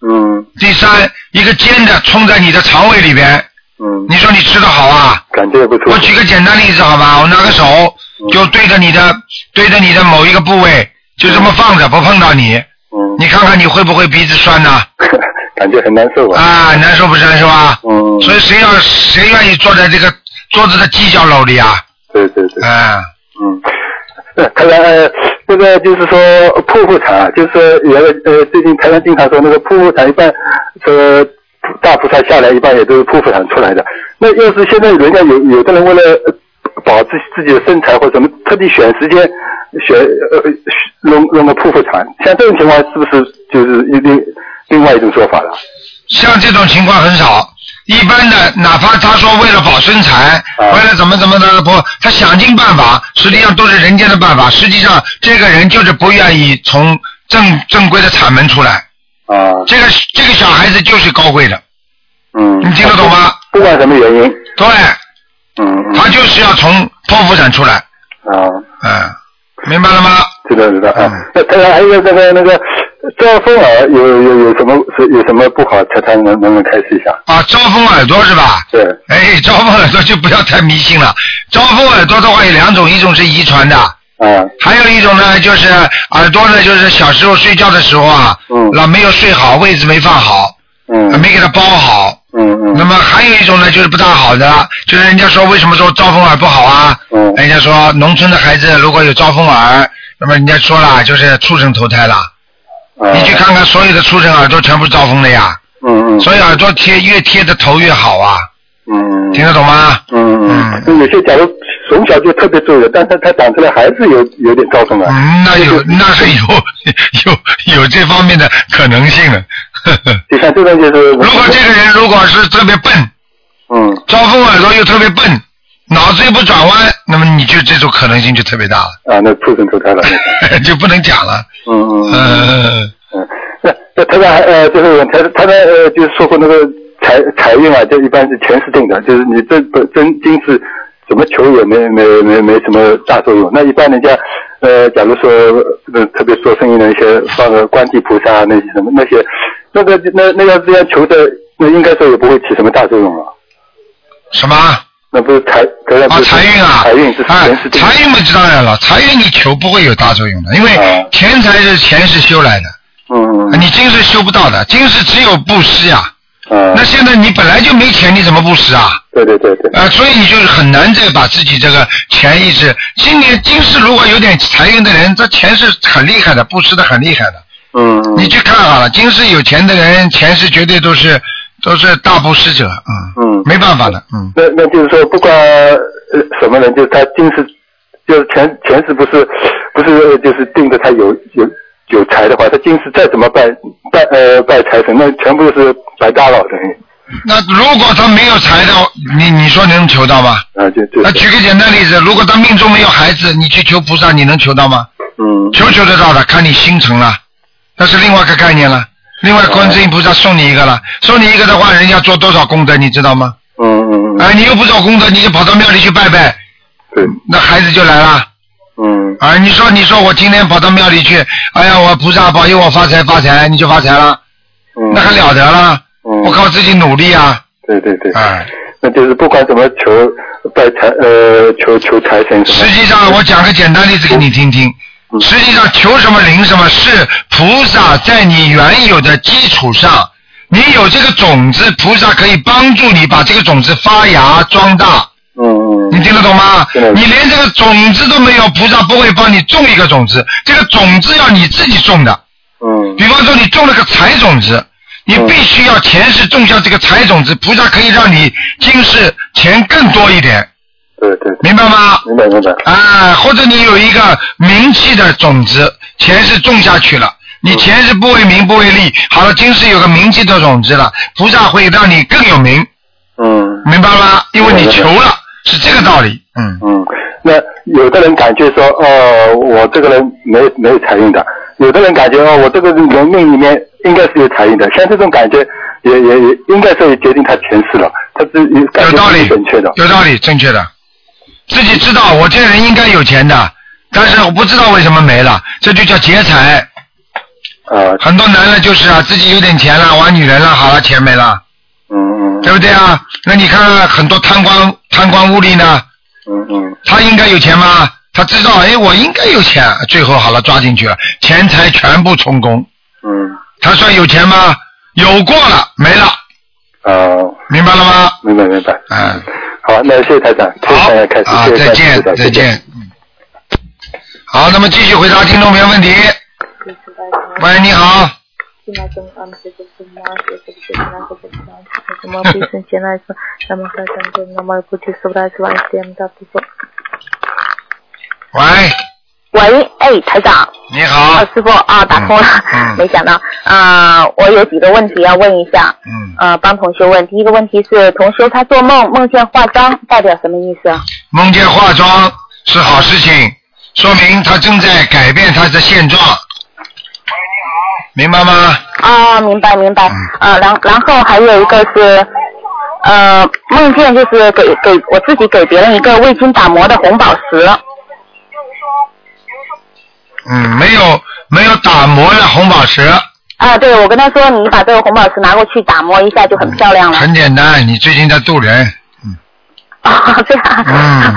Speaker 4: 嗯
Speaker 1: 第三一个尖的冲在你的肠胃里边，
Speaker 4: 嗯，
Speaker 1: 你说你吃的好啊？
Speaker 4: 感觉也不错。嗯
Speaker 1: 我举个简单例子好吧，我拿个手就对着你的对着你的某一个部位，就这么放着不碰到你，
Speaker 4: 嗯，
Speaker 1: 你看看你会不会鼻子 酸呢、
Speaker 4: 感觉很难受啊。
Speaker 1: 啊，难受不难受啊？
Speaker 4: 嗯，
Speaker 1: 所以谁要谁愿意坐在这个桌子的犄角楼里啊？
Speaker 4: 对对对。
Speaker 1: 啊，
Speaker 4: 嗯，呃台长，呃，这个就是说呃瀑布禅啊，就是说原来呃，最近台上经常说那个瀑布禅一般，呃，大菩萨下来一般也都是瀑布禅出来的。那要是现在人家有有的人为了呃保自自己的身材或什么，特地选时间选呃呃弄弄个瀑布禅，像这种情况是不是就是另另外一种说法了？
Speaker 1: 像这种情况很少。一般的，哪怕他说为了保身材，
Speaker 4: 啊
Speaker 1: 为了怎么怎么的，不，他想尽办法，实际上都是人间的办法。实际上，这个人就是不愿意从正正规的产门出来。
Speaker 4: 啊，
Speaker 1: 这个这个小孩子就是高贵的，
Speaker 4: 嗯，
Speaker 1: 你听得懂吗？
Speaker 4: 不管什么原因，
Speaker 1: 对，
Speaker 4: 嗯嗯
Speaker 1: 他就是要从剖腹产出来，
Speaker 4: 啊。
Speaker 1: 嗯，明白了吗？
Speaker 4: 知道知道啊
Speaker 1: 嗯。
Speaker 4: 那当然还有那个那个招风耳有有有什么是有什么不好？台长能能不能开示一下？
Speaker 1: 啊，招风耳朵是吧？
Speaker 4: 对，
Speaker 1: 哎，招风耳朵就不要太迷信了。招风耳朵的话有两种，一种是遗传的，
Speaker 4: 啊，
Speaker 1: 还有一种呢就是耳朵呢就是小时候睡觉的时候啊，
Speaker 4: 嗯
Speaker 1: 老没有睡好，位置没放好，
Speaker 4: 嗯
Speaker 1: 没给它包好，
Speaker 4: 嗯嗯
Speaker 1: 那么还有一种呢，就是不大好的，就是人家说为什么说招风耳不好啊？
Speaker 4: 嗯
Speaker 1: 人家说农村的孩子如果有招风耳，那么人家说了就是畜生投胎了。
Speaker 4: 啊，
Speaker 1: 你去看看，所有的畜生耳朵全部招风了呀，
Speaker 4: 嗯嗯，
Speaker 1: 所以耳朵贴越贴的头越好啊，
Speaker 4: 嗯
Speaker 1: 听得懂吗？
Speaker 4: 嗯嗯，有些假如从小就特别注意，但是他长出来还是有有点招风耳。
Speaker 1: 嗯，那有那是有有有这方面的可能性 的。呵呵
Speaker 4: 就像这种就是我，
Speaker 1: 如果这个人如果是特别笨，
Speaker 4: 嗯
Speaker 1: 招风耳朵又特别笨，脑子又不转弯，那么你就这种可能性就特别大了。
Speaker 4: 啊，那畜生投胎了。
Speaker 1: 就不能讲了。
Speaker 4: 嗯嗯嗯
Speaker 1: 嗯，
Speaker 4: 嗯，那那他还呃，就是他他呢呃，就是说过那个财财运啊，这一般是前世定的，就是你这本真今世怎么求也没没没没什么大作用。那一般人家呃，假如说呃，特别做生意的一些放个观地菩萨啊那些什么那些，那个那那要这样求的，那应该说也不会起什么大作用了。
Speaker 1: 什么？啊，
Speaker 4: 那不是财，可能不是
Speaker 1: 财运啊，
Speaker 4: 财运是
Speaker 1: 哎
Speaker 4: 前世，定的。
Speaker 1: 财运嘛，当然了，财运你求不会有大作用的，因为
Speaker 4: 嗯
Speaker 1: 钱财是前世修来的，啊
Speaker 4: 嗯嗯
Speaker 1: 你今世修不到的，今世只有布施呀、
Speaker 4: 嗯
Speaker 1: 那，现在你本来就没钱，你怎么布施啊？
Speaker 4: 对对对对，
Speaker 1: 啊、所以你就是很难再把自己这个钱一直。今年今世如果有点财运的人，他钱是很厉害的，布施的很厉害的。
Speaker 4: 嗯嗯
Speaker 1: 你去看好了，今世有钱的人，前世绝对都是都是大布施者，嗯，
Speaker 4: 嗯。
Speaker 1: 没办法的，嗯。
Speaker 4: 那那就是说，不管呃什么人，就是他今世，就是前前世不是不是呃就是定的他有有有财的话，他今世再怎么拜拜呃拜财神，那全部是白搭了等于
Speaker 1: 那如果他没有财的，你你说能求到吗？
Speaker 4: 啊就就
Speaker 1: 那举个简单例子，如果他命中没有孩子，你去求菩萨，你能求到吗？
Speaker 4: 嗯
Speaker 1: 求求得到的，看你心诚了，那是另外一个概念了。另外，观世音菩萨送你一个了，送你一个的话，人家做多少功德，你知道吗？
Speaker 4: 嗯嗯嗯
Speaker 1: 哎，你又不做功德，你就跑到庙里去拜拜，
Speaker 4: 对
Speaker 1: 那孩子就来了。
Speaker 4: 嗯
Speaker 1: 啊，你说你说我今天跑到庙里去，哎呀，我菩萨保佑我发财发财，你就发财了，
Speaker 4: 嗯
Speaker 1: 那还了得了？
Speaker 4: 嗯
Speaker 1: 我靠自己努力啊！
Speaker 4: 对对对，
Speaker 1: 哎，
Speaker 4: 那就是不管怎么求拜财呃求求财神什
Speaker 1: 实
Speaker 4: 么
Speaker 1: 际上我讲个简单例子给你听听。
Speaker 4: 嗯
Speaker 1: 实际上求什么灵什么，是菩萨在你原有的基础上，你有这个种子，菩萨可以帮助你把这个种子发芽壮大。
Speaker 4: 嗯
Speaker 1: 你
Speaker 4: 嗯
Speaker 1: 听得懂吗？
Speaker 4: 听得懂
Speaker 1: 你连这个种子都没有，菩萨不会帮你种一个种子，这个种子要你自己种的。
Speaker 4: 嗯
Speaker 1: 比方说你种了个财种子，你必须要前世种下这个财种子，菩萨可以让你今世钱更多一点，
Speaker 4: 对对对，
Speaker 1: 明白吗？
Speaker 4: 明白明白
Speaker 1: 啊，或者你有一个名气的种子，前世种下去了，你前世不为名不为利，好了，今世有个名气的种子了，菩萨会让你更有名，
Speaker 4: 嗯。
Speaker 1: 明白吗？因为你
Speaker 4: 明白
Speaker 1: 求了，是这个道理。嗯，
Speaker 4: 嗯，那有的人感觉说，哦，我这个人没没有财运的；有的人感觉，哦，我这个人命里面应该是有财运的。像这种感觉也，也也应该是决定他前世了，他是感
Speaker 1: 有
Speaker 4: 觉
Speaker 1: 道
Speaker 4: 是
Speaker 1: 理
Speaker 4: 准确的，。
Speaker 1: 有道理，正确的。自己知道我这个人应该有钱的，但是我不知道为什么没了，这就叫劫财。
Speaker 4: 啊，
Speaker 1: 很多男的就是啊，自己有点钱了，玩女人了，好了，钱没了，
Speaker 4: 嗯嗯
Speaker 1: 对不对啊？那你看看很多贪官贪官污吏呢，
Speaker 4: 嗯嗯
Speaker 1: 他应该有钱吗？他知道，哎，我应该有钱，最后好了抓进去了，钱财全部充公，
Speaker 4: 嗯
Speaker 1: 他算有钱吗？有过了，没了，
Speaker 4: 嗯，啊，
Speaker 1: 明白了吗？
Speaker 4: 明白明白。
Speaker 1: 嗯，
Speaker 4: 好，那谢谢台长，谢谢大家开始，
Speaker 1: 啊
Speaker 4: 谢，谢台
Speaker 1: 再
Speaker 4: 长
Speaker 1: 见
Speaker 4: 谢谢台，长
Speaker 1: 再
Speaker 4: 谢谢
Speaker 1: 见。嗯好，那么继续回答听众朋友问题。喂，你好，
Speaker 5: 嗯
Speaker 1: 喂，
Speaker 6: 喂，哎，台长，
Speaker 1: 你好
Speaker 6: 啊，，师傅啊，打通了，
Speaker 1: 嗯嗯
Speaker 6: 没想到啊、我有几个问题要问一下，
Speaker 1: 嗯，
Speaker 6: 呃，帮同修问。第一个问题是，同修他做梦梦见化妆，代表什么意思啊？
Speaker 1: 梦见化妆是好事情，说明他正在改变他的现状。喂，你好，明白吗？
Speaker 6: 啊，明白明白
Speaker 1: 嗯，
Speaker 6: 呃，然然后还有一个是，呃，梦见就是给给我自己给别人一个未经打磨的红宝石，
Speaker 1: 嗯，没有没有打磨的红宝石，
Speaker 6: 啊，对我跟他说，你把这个红宝石拿过去打磨一下就很漂亮了。
Speaker 1: 很简单，你最近在渡人，
Speaker 6: 啊，这样。
Speaker 1: 嗯。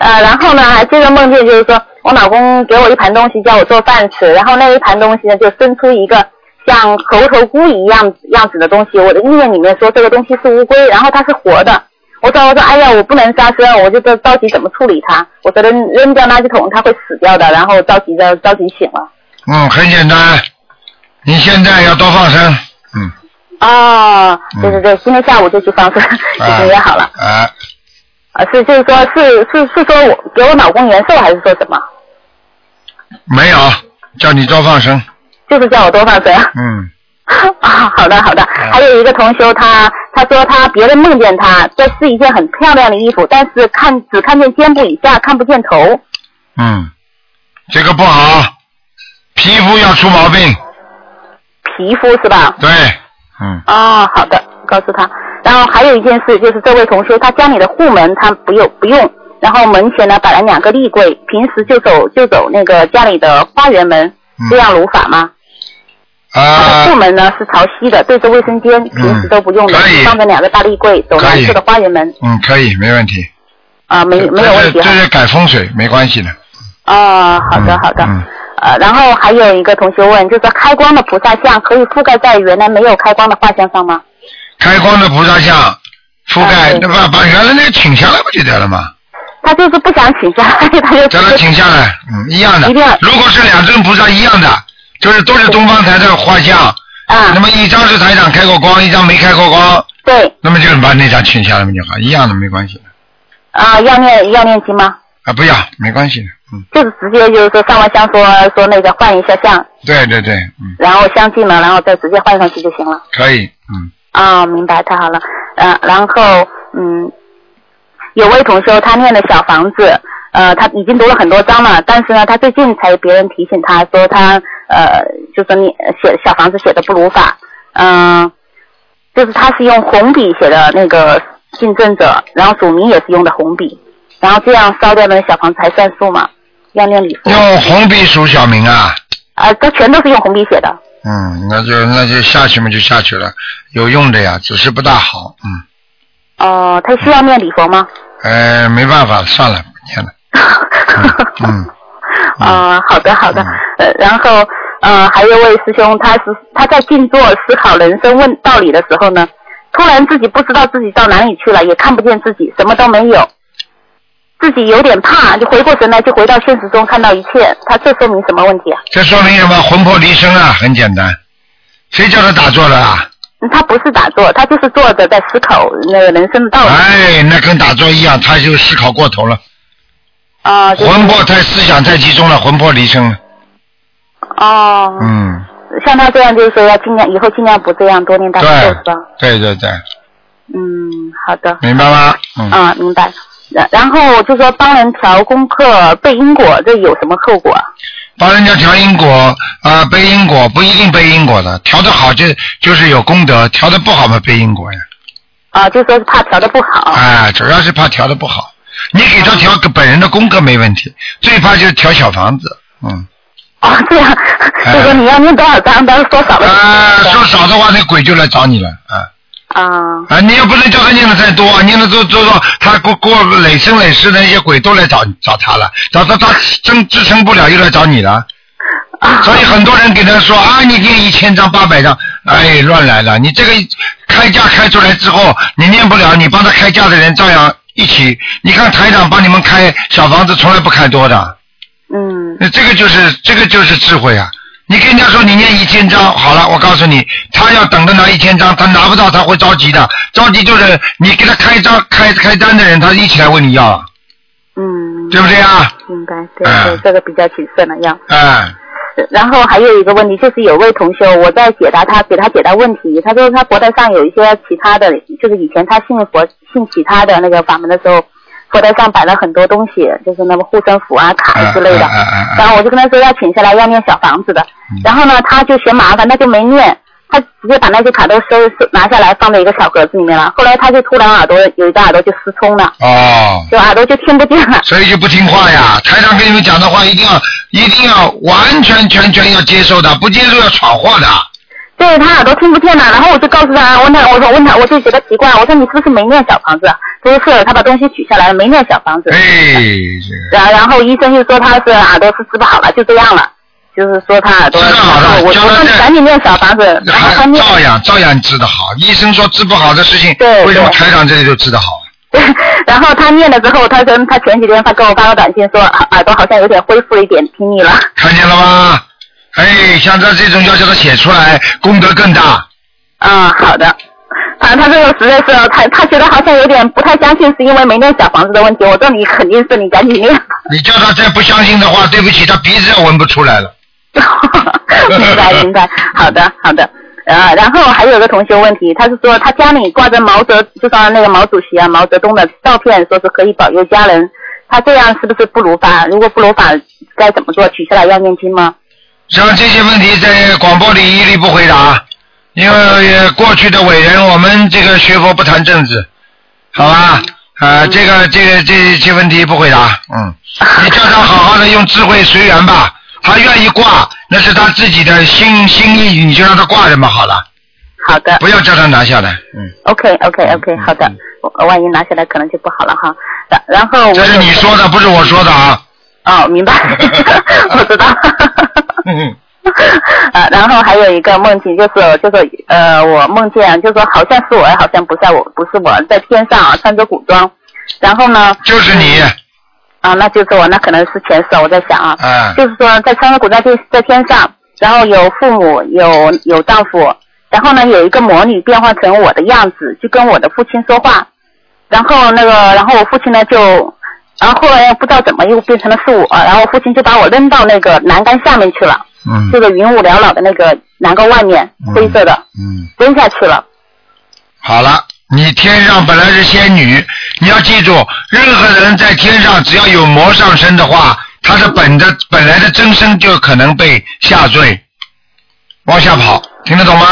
Speaker 6: 呃，然后呢，还接着梦见就是说我老公给我一盘东西，叫我做饭吃，然后那一盘东西呢就生出一个像猴头菇一样样子的东西，我的意念里面说这个东西是乌龟，然后它是活的。我说我说哎呀，我不能杀生，我就着着急怎么处理它。我说扔扔掉垃圾桶，它会死掉的。然后着急着着急醒了。
Speaker 1: 嗯，很简单，你现在要多放生，嗯，
Speaker 6: 哦，对对对，今天下午 就去放生，已经约好了。
Speaker 1: 啊，
Speaker 6: 啊，是就是说，是是是说我给我老公延寿还是说什么？
Speaker 1: 没有，叫你多放生，
Speaker 6: 就是叫我多放生。
Speaker 1: 嗯，
Speaker 6: 啊， 好的好的。还有一个同修他，他说他别人梦见他这是一件很漂亮的衣服，但是看只看见肩部以下，看不见头。
Speaker 1: 嗯，这个不好，皮肤要出毛病，
Speaker 6: 皮肤是吧？
Speaker 1: 对，
Speaker 6: 哦，好的，告诉他。然后还有一件事就是这位同修，他家里的户门他不用不用，然后门前呢摆了两个立柜，平时就走就走那个家里的花园门，这样如法吗？
Speaker 1: 啊、
Speaker 6: 后门呢是朝西的，对着卫生间，平时都不用的，放着两个大立柜，走南侧的花园门
Speaker 1: 嗯，可以，没问题，
Speaker 6: 啊，没没有问题
Speaker 1: 这是这
Speaker 6: 哈。
Speaker 1: 是改风水，没关系的，
Speaker 6: 啊，好的
Speaker 1: 嗯
Speaker 6: 好的。
Speaker 1: 嗯
Speaker 6: 呃，然后还有一个同学问，就是开光的菩萨像可以覆盖在原来没有开光的画像上吗？
Speaker 1: 开光的菩萨像覆
Speaker 6: 啊
Speaker 1: 盖，那把把原来那个请下来不就得了吗？
Speaker 6: 他就是不想请假， 他就
Speaker 1: 叫他请下来，嗯，一样的。如果是两尊菩萨一样的，就是都是东方台的画像。
Speaker 6: 啊。
Speaker 1: 那么一张是台长开过光，一张没开过光。
Speaker 6: 对。
Speaker 1: 那么就把那张请下来嘛就好，一样的没关系的
Speaker 6: 啊，要念要念经吗？
Speaker 1: 啊，不要没关系的，嗯，
Speaker 6: 就是直接就是说上完香说说那个换一下像，
Speaker 1: 对对对，嗯，
Speaker 6: 然后相信了，然后再直接换上去就行了。
Speaker 1: 可以，嗯，
Speaker 6: 啊、明白，太好了。呃，然后嗯，有位同修他念的小房子，呃，他已经读了很多章了，但是呢，他最近才别人提醒他说他呃，就说你呃写小房子写的不如法，嗯、就是他是用红笔写的那个信证者，然后署名也是用的红笔，然后这样烧掉的小房子还算数吗？要念礼佛。
Speaker 1: 用红笔数小明啊，
Speaker 6: 啊，他全都是用红笔写的。
Speaker 1: 嗯，那就那就下去嘛，就下去了，有用的呀，只是不大好，嗯，
Speaker 6: 哦、他需要念礼佛吗？
Speaker 1: 呃，没办法，算了，不念了，嗯
Speaker 6: 啊、好的好的，呃，然后呃，还有位师兄，他是他在静坐思考人生问道理的时候呢，突然自己不知道自己到哪里去了，也看不见自己，什么都没有，自己有点怕，就回过神来，就回到现实中看到一切，他这说明什么问题啊？
Speaker 1: 这说明什么？魂魄离身啊，很简单，谁叫他打坐的啊？
Speaker 6: 嗯他不是打坐，他就是坐着在思考那个人生的道理
Speaker 1: 哎，那跟打坐一样，他就思考过头了，
Speaker 6: 啊、就是
Speaker 1: 魂魄太思想太集中了，魂魄离身了。
Speaker 6: 哦，
Speaker 1: 嗯，
Speaker 6: 像他这样就是说要尽量以后尽量不这样，多念大悲咒
Speaker 1: 对
Speaker 6: 是吧？
Speaker 1: 对对对，
Speaker 6: 嗯，好的。
Speaker 1: 明白吗？嗯，
Speaker 6: 啊，明白。然然后就说帮人调功课背因果，这有什么后果啊？
Speaker 1: 帮人家调因果啊、背因果不一定背因果的，调的好就就是有功德，调的不好嘛背因果呀。
Speaker 6: 啊，就说是啊怕调的不好。
Speaker 1: 哎，主要是怕调的不好，你给他调个本人的功课没问题，最怕就是调小房子。嗯，
Speaker 6: 哦，这样，就说你要念多少章，当时说少了
Speaker 1: 哎啊，说少的话，那鬼就来找你了啊。
Speaker 6: 啊
Speaker 1: 啊，你又不能叫他念的太多，念的多多多，他过过累生累世的那些鬼都来找找他了，找到他撑支撑不了，又来找你了。
Speaker 6: 啊
Speaker 1: 所以很多人给他说啊，你念一千张、八百张，哎，乱来了。你这个开价开出来之后，你念不了，你帮他开价的人照样一起。你看台长帮你们开小房子，从来不开多的。
Speaker 6: 嗯。
Speaker 1: 那这个就是这个就是智慧啊！你跟人家说你念一千张好了，我告诉你，他要等着拿一千张，他拿不到他会着急的，着急就是你给他开张开开单的人，他一起来问你要啊，
Speaker 6: 嗯，
Speaker 1: 对不对啊？
Speaker 6: 明白，对对，
Speaker 1: 嗯
Speaker 6: 这个比较谨慎了要。
Speaker 1: 哎，
Speaker 6: 然后还有一个问题，就是有位同学，我在解答他，给他解答问题。他说他佛台上有一些其他的，就是以前他信佛、信其他的那个法门的时候，佛台上摆了很多东西，就是那么护身符啊、卡之类
Speaker 1: 嗯
Speaker 6: 的。然后我就跟他说要请下来，要念小房子的。然后呢，他就嫌麻烦，他就没念，他直接把那些卡都收收拿下来，放在一个小盒子里面了。后来他就突然耳朵有一个耳朵就失聪了，
Speaker 1: 哦，
Speaker 6: 就耳朵就听不见了。
Speaker 1: 所以就不听话呀。台长跟你们讲的话，一定要一定要完全全全要接受的，不接受要闯祸的。
Speaker 6: 对他耳朵听不见了，然后我就告诉他，我问他，我说问他，我就觉得奇怪，我说你是不是没念小房子啊？他说是，他把东西取下来了，没念小房子。
Speaker 1: 哎，
Speaker 6: 然然后医生就说他是耳朵是治不好了，就这样了，就是说他耳朵，
Speaker 1: 知道了
Speaker 6: 我
Speaker 1: 叫
Speaker 6: 我
Speaker 1: 他
Speaker 6: 说你
Speaker 1: 在
Speaker 6: 赶紧念小房子，然后他
Speaker 1: 还
Speaker 6: 念
Speaker 1: 照样照样治得好。医生说治不好的事情，
Speaker 6: 对
Speaker 1: 为什么
Speaker 6: 对
Speaker 1: 台长这里就治得好？
Speaker 6: 对， 然后他念了之后，他跟他前几天他给我发个短信说啊耳朵好像有点恢复了一点听力了。
Speaker 1: 看见了吗？哎，像他这种要叫他写出来，功德更大。
Speaker 6: 嗯，好的。反啊正他这个实在是他他觉得好像有点不太相信，是因为没念小房子的问题。我说你肯定是你赶紧念。
Speaker 1: 你叫他再不相信的话，对不起，他鼻子也闻不出来了。
Speaker 6: 明白明白，好的好的。呃，然后还有一个同学问题，他是说他家里挂着毛泽，就上那个毛主席啊、毛泽东的照片，说是可以保佑家人。他这样是不是不如法？如果不如法，该怎么做？取下来要念经吗？
Speaker 1: 像这些问题在广播里一律不回答，因为呃过去的伟人，我们这个学佛不谈政治，好吧？啊、
Speaker 6: 嗯
Speaker 1: 这个这个这些问题不回答，嗯，你叫他好好的用智慧随缘吧，他愿意挂，那是他自己的心心意，你就让他挂着嘛，好了，
Speaker 6: 好的。
Speaker 1: 不要叫他拿下来，嗯，
Speaker 6: OK OK OK，好的，我万一拿下来可能就不好了哈。然然后我
Speaker 1: 这是
Speaker 6: 有
Speaker 1: 你说的，不是我说的啊，
Speaker 6: 哦，明 白，我知道。
Speaker 1: 嗯，
Speaker 6: 啊，然后还有一个梦境，就是就是呃，我梦见就说好像是我，好像不是我，不是我在天上啊，穿着古装，然后呢
Speaker 1: 就是你，
Speaker 6: 啊，那就是我，那可能是前世啊，我在想啊，
Speaker 1: 啊，
Speaker 6: 就是说在穿着古装在在天上，然后有父母，有有丈夫，然后呢有一个魔女变换成我的样子，就跟我的父亲说话，然后那个，然后我父亲呢就，然后后来不知道怎么又变成了是我，然后我父亲就把我扔到那个栏杆下面去了，
Speaker 1: 嗯
Speaker 6: 这个云雾缭绕的那个栏杆外面，灰色的
Speaker 1: 嗯。
Speaker 6: 扔下去了。
Speaker 1: 好了，你天上本来是仙女，你要记住，任何人在天上只要有魔上身的话，他的本的本来的真身就可能被下坠，往下跑，听得懂吗？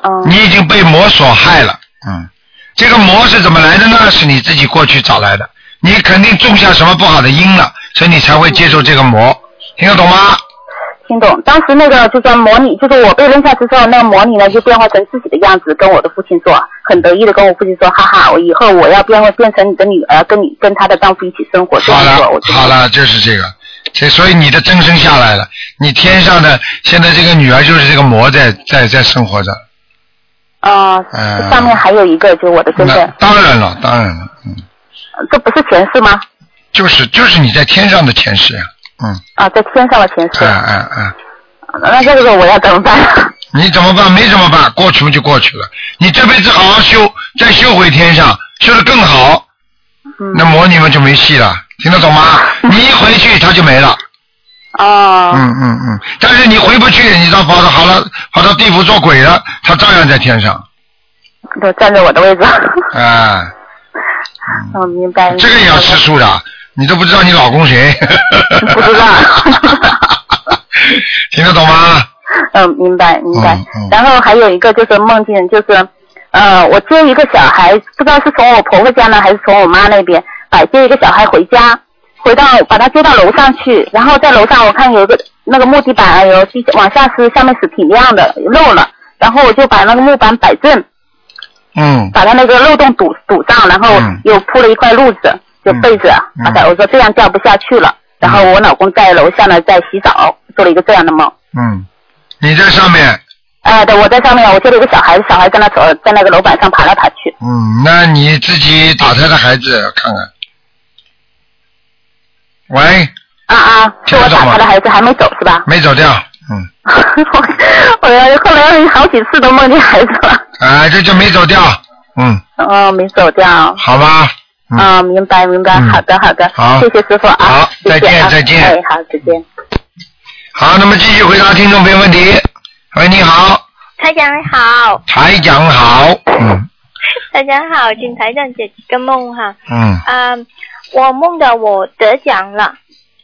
Speaker 6: 嗯
Speaker 1: 你已经被魔所害了。嗯，这个魔是怎么来的呢？是你自己过去找来的，你肯定种下什么不好的因了，所以你才会接受这个魔，听得懂吗？
Speaker 6: 听懂。当时那个就说模拟，就是我被扔下去之后，那个模拟呢就变化成自己的样子，跟我的父亲说，很得意的跟我父亲说，哈哈，我以后我要变变成你的女儿，跟你跟她的丈夫一起生活。这
Speaker 1: 好
Speaker 6: 样
Speaker 1: 了
Speaker 6: 说，我，就
Speaker 1: 好了，就是这个。这所以你的真身下来了，你天上的现在这个女儿就是这个魔在在在生活着。
Speaker 6: 啊、
Speaker 1: 嗯
Speaker 6: 上面还有一个就是我的身
Speaker 1: 那
Speaker 6: 份，
Speaker 1: 当然了，当然了，嗯，
Speaker 6: 这不是前世吗？
Speaker 1: 就是就是你在天上的前世呀，嗯，
Speaker 6: 啊，在天上的前世
Speaker 1: 哎。哎哎，
Speaker 6: 那这个我要怎么办？
Speaker 1: 你怎么办？没怎么办，过去就过去了。你这辈子好好修，再修回天上，修得更好，
Speaker 6: 嗯
Speaker 1: 那魔你们就没戏了，听得懂吗？你一回去他就没了。
Speaker 6: 哦，
Speaker 1: 嗯嗯嗯，但是你回不去，你到跑到好了，跑到地府做鬼了，他照样在天上。
Speaker 6: 都站在我的位置。
Speaker 1: 啊，
Speaker 6: 哦，明白。
Speaker 1: 这个也要吃素的，你都不知道你老公谁。
Speaker 6: 不知道
Speaker 1: 听得懂吗？
Speaker 6: 嗯，明白明白
Speaker 1: 嗯嗯。
Speaker 6: 然后还有一个就是梦见，就是呃，我接一个小孩，不知道是从我婆婆家呢，还是从我妈那边，把接一个小孩回家，回到把他接到楼上去，然后在楼上我看有一个那个木地板有地往下是下面是挺亮的漏了，然后我就把那个木板摆正，
Speaker 1: 嗯，
Speaker 6: 把它那个漏洞堵堵上，然后
Speaker 1: 嗯
Speaker 6: 又铺了一块褥子，就被子啊
Speaker 1: 嗯嗯，
Speaker 6: 把它我说这样掉不下去了。然后我老公在楼下呢，在洗澡，做了一个这样的梦。
Speaker 1: 嗯，你在上面，
Speaker 6: 哎，对，我在上面，我接了一个小孩，小孩在那呃在那个楼板上爬来爬去。
Speaker 1: 嗯，那你自己打胎的孩子看看。喂，
Speaker 6: 啊啊，是我打他的孩子啊还没走是吧？
Speaker 1: 没走掉，嗯，
Speaker 6: 我我后来好几次都梦见孩子了。
Speaker 1: 啊，这就没走掉，嗯，
Speaker 6: 哦，没走掉。
Speaker 1: 好吧，嗯，
Speaker 6: 啊，明白明白，
Speaker 1: 嗯
Speaker 6: 好的好的，
Speaker 1: 好
Speaker 6: 谢谢师傅啊，
Speaker 1: 好
Speaker 6: 谢谢啊
Speaker 1: 再见再见
Speaker 6: 哎，好，再见。
Speaker 1: 好，那么继续回答听众朋友问题。喂，你好，
Speaker 5: 台长好，
Speaker 1: 台长好，嗯
Speaker 5: 台长好，请台长解几个梦哈。
Speaker 1: 嗯，
Speaker 5: 啊、我梦到我得奖了，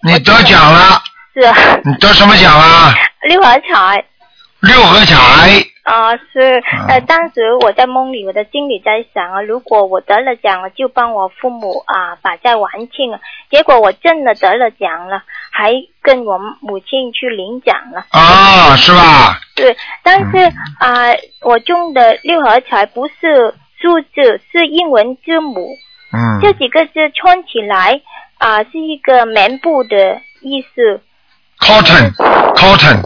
Speaker 1: 你得奖了，
Speaker 5: 是
Speaker 1: 你得什么奖啊？
Speaker 5: 六合彩。
Speaker 1: 六合彩，
Speaker 5: 啊、是，呃，当时我在梦里，我的心里在想啊，如果我得了奖了，就帮我父母啊把债还清了。结果我真的得了奖了，还跟我母亲去领奖了。
Speaker 1: 啊，是吧？
Speaker 5: 对，但是啊、我中的六合彩不是数字，是英文字母。
Speaker 1: 嗯，
Speaker 5: 这几个字穿起来啊、是一个棉布的意思
Speaker 1: cotton cotton，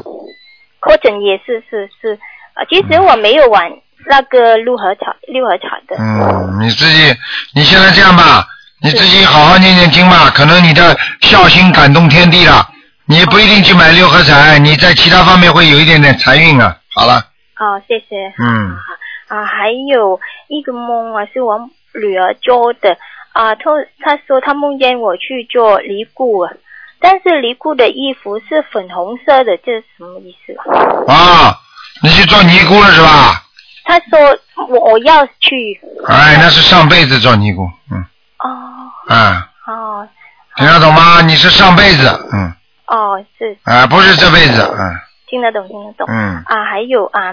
Speaker 5: ，cotton 也是是是，呃，其实我没有玩那个六合彩六合彩的，
Speaker 1: 嗯，你自己你现在这样吧，你自己好好念念经吧，可能你的孝心感动天地了，你不一定去买六合彩，你在其他方面会有一点点财运啊。好了，
Speaker 5: 哦，谢谢。
Speaker 1: 嗯，
Speaker 5: 啊，还有一个梦啊，是我女儿做的啊，她她说她梦见我去做尼姑啊，但是尼姑的衣服是粉红色的，这是什么意思啊？
Speaker 1: 啊，你去做尼姑了是吧？
Speaker 5: 她说我我要去
Speaker 1: 哎，那是上辈子做尼姑，嗯，
Speaker 5: 哦
Speaker 1: 啊，
Speaker 5: 哦
Speaker 1: 听得懂吗？你是上辈子，嗯，
Speaker 5: 哦，是
Speaker 1: 啊，不是这辈子，
Speaker 5: 听得懂听得懂
Speaker 1: 嗯嗯
Speaker 5: 啊，还有啊，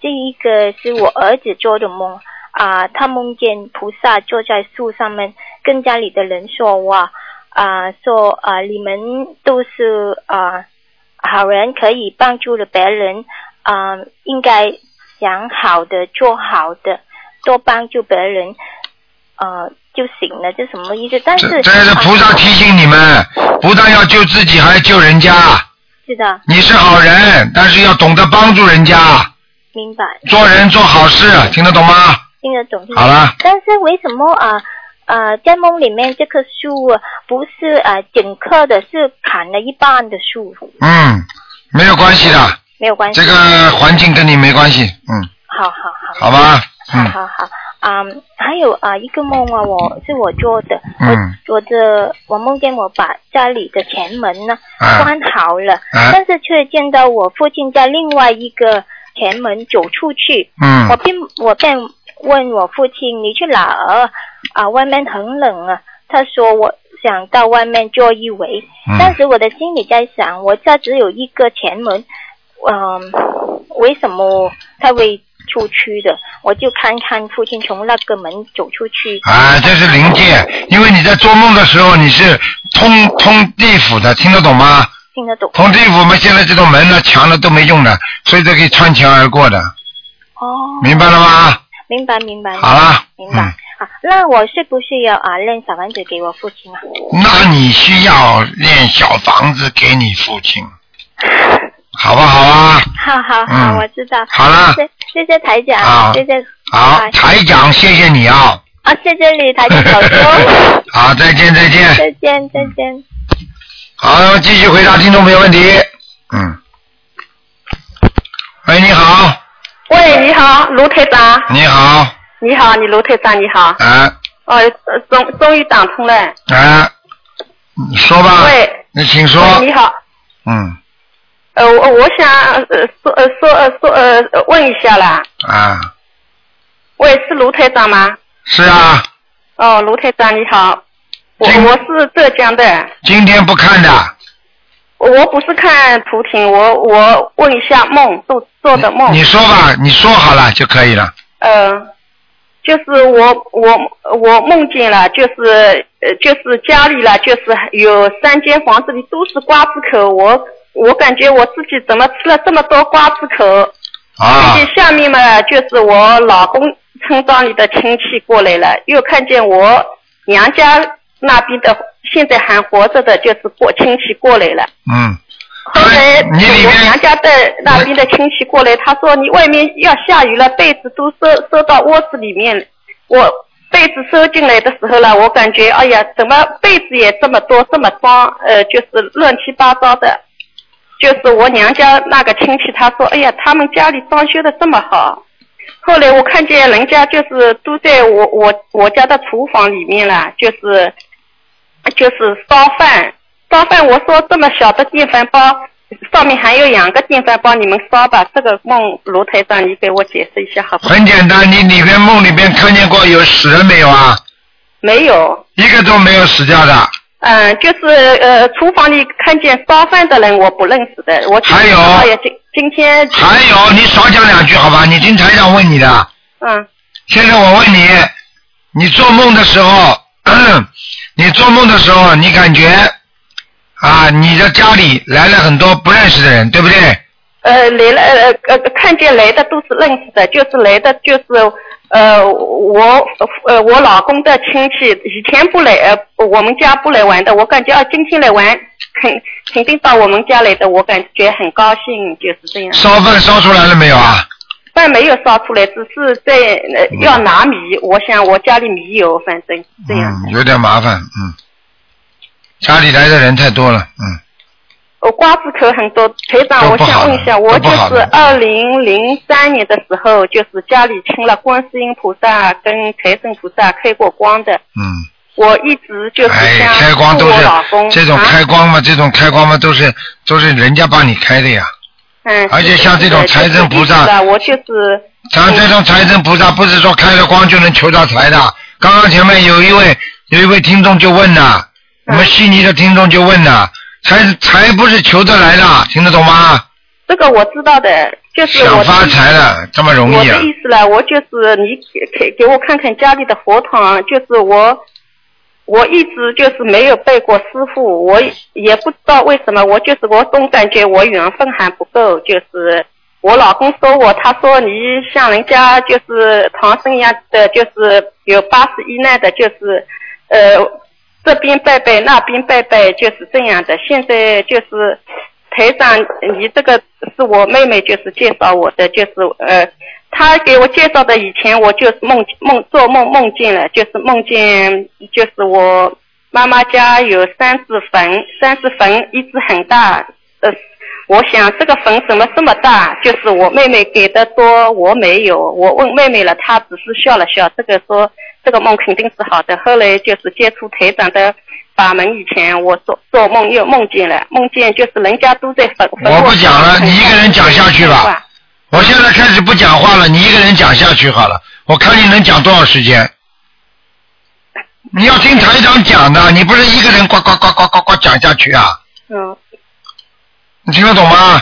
Speaker 5: 这一个是我儿子做的梦啊，他梦见菩萨坐在树上面跟家里的人说话啊，说啊你们都是啊好人，可以帮助了别人啊，应该想好的做好的，多帮助别人，呃、就行了，这什么意思？但是
Speaker 1: 这这是菩萨
Speaker 5: 啊
Speaker 1: 提醒你们，不但要救自己，还要救人家。
Speaker 5: 是的，
Speaker 1: 你是好人，但是要懂得帮助人家，
Speaker 5: 明白。
Speaker 1: 做人做好事，听得懂吗？
Speaker 5: 听得懂。听得懂
Speaker 1: 好了
Speaker 5: 但是为什么啊啊在梦里面这棵树啊不是啊整棵的，是砍了一半的树，
Speaker 1: 嗯，没有关系的，
Speaker 5: 没有关系。
Speaker 1: 这个环境跟你没关系，嗯，
Speaker 5: 好好好。
Speaker 1: 好吧，
Speaker 5: 好
Speaker 1: 嗯
Speaker 5: 好好，啊、还有啊、一个梦啊，我是我做的，
Speaker 1: 嗯
Speaker 5: 我我的我梦见我把家里的前门呢、
Speaker 1: 啊
Speaker 5: 关好了，
Speaker 1: 啊
Speaker 5: 但是却见到我父亲在另外一个前门走出去，我
Speaker 1: 嗯
Speaker 5: 便我便问我父亲你去哪儿啊？外面很冷啊。他说我想到外面做一围。
Speaker 1: 嗯
Speaker 5: 当时我的心里在想，我家只有一个前门，嗯、为什么他会出去的？我就看看父亲从那个门走出去。
Speaker 1: 啊，这是灵界，因为你在做梦的时候你是通通地府的，听得懂吗？
Speaker 5: 听得懂
Speaker 1: 通地府嘛，现在这种门呢、墙呢都没用的，所以都可以穿墙而过的，
Speaker 5: 哦，
Speaker 1: 明白了吗？
Speaker 5: 明白明白，
Speaker 1: 好了，
Speaker 5: 明白
Speaker 1: 嗯。
Speaker 5: 啊，那我是不是要啊练小丸子给我父亲啊？
Speaker 1: 嗯那你需要练小房子给你父亲，好不好啊？
Speaker 5: 好好好，
Speaker 1: 嗯
Speaker 5: 我知道。
Speaker 1: 好了
Speaker 5: 谢谢谢谢台长，
Speaker 1: 好
Speaker 5: 谢谢。
Speaker 1: 好
Speaker 5: 拜，
Speaker 1: 台长，谢谢你啊！
Speaker 5: 啊，谢谢你，台长好多，
Speaker 1: 好，再见， 再见。
Speaker 5: 再见，再见。
Speaker 1: 好，那么继续回答听众朋友问题。嗯。喂，你好，
Speaker 7: 喂，你好，卢台长，
Speaker 1: 你好，
Speaker 7: 你好，你卢台长，你好，
Speaker 1: 啊
Speaker 7: 哦，呃终终于打通了，
Speaker 1: 啊，你说吧，
Speaker 7: 喂，
Speaker 1: 你请说。
Speaker 7: 喂你好，
Speaker 1: 嗯
Speaker 7: 呃，我我想呃说呃说呃说呃呃问一下啦，
Speaker 1: 啊，
Speaker 7: 喂，是卢台长吗？
Speaker 1: 是啊，
Speaker 7: 哦，卢台长你好，我
Speaker 1: 请
Speaker 7: 我是浙江的，
Speaker 1: 今天不看的，
Speaker 7: 我不是看图腾，我我问一下梦做做的梦，
Speaker 1: 你说吧，你说好了就可以了。
Speaker 7: 呃，就是我我我梦见了，就是呃就是家里了，就是有三间房子里都是瓜子壳，我我感觉我自己怎么吃了这么多瓜子壳？
Speaker 1: 啊
Speaker 7: 看见下面嘛，就是我老公村庄里的亲戚过来了，又看见我娘家那边的现在还活着的，就是过亲戚过来了。
Speaker 1: 嗯，
Speaker 7: 后来
Speaker 1: 你里
Speaker 7: 我娘
Speaker 1: 面
Speaker 7: 家的那边的亲戚过来，他说你外面要下雨了，被子都收收到卧室里面。我被子收进来的时候呢，我感觉哎呀，怎么被子也这么多，这么脏，呃，就是乱七八糟的。就是我娘家那个亲戚，他说哎呀，他们家里装修的这么好。后来我看见人家就是都在我我我家的厨房里面了，就是就是烧饭，烧饭我说这么小的电饭煲，上面还有两个电饭煲，你们烧吧。这个梦卢台长，你给我解释一下好不好？
Speaker 1: 很简单，你里边梦里边看见过有死人没有啊？
Speaker 7: 没有，
Speaker 1: 一个都没有死掉的。
Speaker 7: 嗯，就是呃，厨房里看见烧饭的人我不认识的，我
Speaker 1: 还有
Speaker 7: 哎呀，今今天
Speaker 1: 还有，你少讲两句好吧？你听台长问你的。
Speaker 7: 嗯
Speaker 1: 现在我问你，你做梦的时候， 你做梦的时候，你感觉啊，你的家里来了很多不认识的人，对不对？
Speaker 7: 呃来了呃呃看见来的都是认识的，就是来的就是呃，我呃我老公的亲戚以前不来，呃我们家不来玩的，我感觉啊今天来玩，肯肯定到我们家来的，我感觉很高兴，就是这样。
Speaker 1: 烧饭烧出来了没有啊？
Speaker 7: 饭没有烧出来，只是在、呃
Speaker 1: 嗯
Speaker 7: 要拿米，我想我家里米有，反正这样。
Speaker 1: 嗯，有点麻烦，嗯。家里来的人太多了，嗯，
Speaker 7: 我瓜子口很多，台长，
Speaker 1: 都
Speaker 7: 我
Speaker 1: 不好
Speaker 7: 想
Speaker 1: 了
Speaker 7: 问一下，我
Speaker 1: 都
Speaker 7: 就
Speaker 1: 不好
Speaker 7: 是
Speaker 1: 了
Speaker 7: 二零零三年的时候，就是家里请了观世音菩萨跟财神菩萨开过光的，
Speaker 1: 嗯。
Speaker 7: 我一直就是
Speaker 1: 哎，
Speaker 7: 想
Speaker 1: 开光
Speaker 7: 助
Speaker 1: 都
Speaker 7: 我
Speaker 1: 是
Speaker 7: 老公
Speaker 1: 这种
Speaker 7: 啊
Speaker 1: 开光嘛，这种开光嘛都是都是人家帮你开的呀。
Speaker 7: 嗯，
Speaker 1: 而且
Speaker 7: 是的
Speaker 1: 像这种
Speaker 7: 是的
Speaker 1: 财
Speaker 7: 就是
Speaker 1: 神菩
Speaker 7: 一直
Speaker 1: 萨
Speaker 7: 的我就是
Speaker 1: 咱这种财神菩萨不是说开了光就能求到财的。刚刚前面有一位有一位听众就问呐，
Speaker 7: 嗯
Speaker 1: 我们悉尼的听众就问呐，财财不是求得来的，听得懂吗？
Speaker 7: 这个我知道的，就是我
Speaker 1: 想
Speaker 7: 的
Speaker 1: 发
Speaker 7: 意思
Speaker 1: 财了，这么容
Speaker 7: 我
Speaker 1: 易啊
Speaker 7: 的？意思了，我就是你给给给我看看家里的佛堂，就是我，我一直就是没有拜过师傅，我也不知道为什么，我就是我总感觉我缘分还不够，就是我老公说我，他说你像人家就是唐僧一样的，就是有八十一难的，就是呃这边拜拜那边拜拜，就是这样的。现在就是台长，你这个是我妹妹，就是介绍我的，就是呃，她给我介绍的。以前我就是梦梦做梦梦见了，就是梦见就是我妈妈家有三只坟，三只坟一只很大，呃。我想这个坟怎么这么大？就是我妹妹给的多，我没有。我问妹妹了，她只是笑了笑。这个说这个梦肯定是好的。后来就是接触台长的法门以前，我做做梦又梦见了，梦见就是人家都在坟。坟
Speaker 1: 我不
Speaker 7: 墓
Speaker 1: 讲了
Speaker 7: 上
Speaker 1: 你一个人讲下去吧。我现在开始不讲话了，你一个人讲下去好了，我看你能讲多少时间。你要听台长讲的，你不是一个人呱呱呱呱呱呱讲下去啊？
Speaker 7: 嗯，
Speaker 1: 你听得懂吗？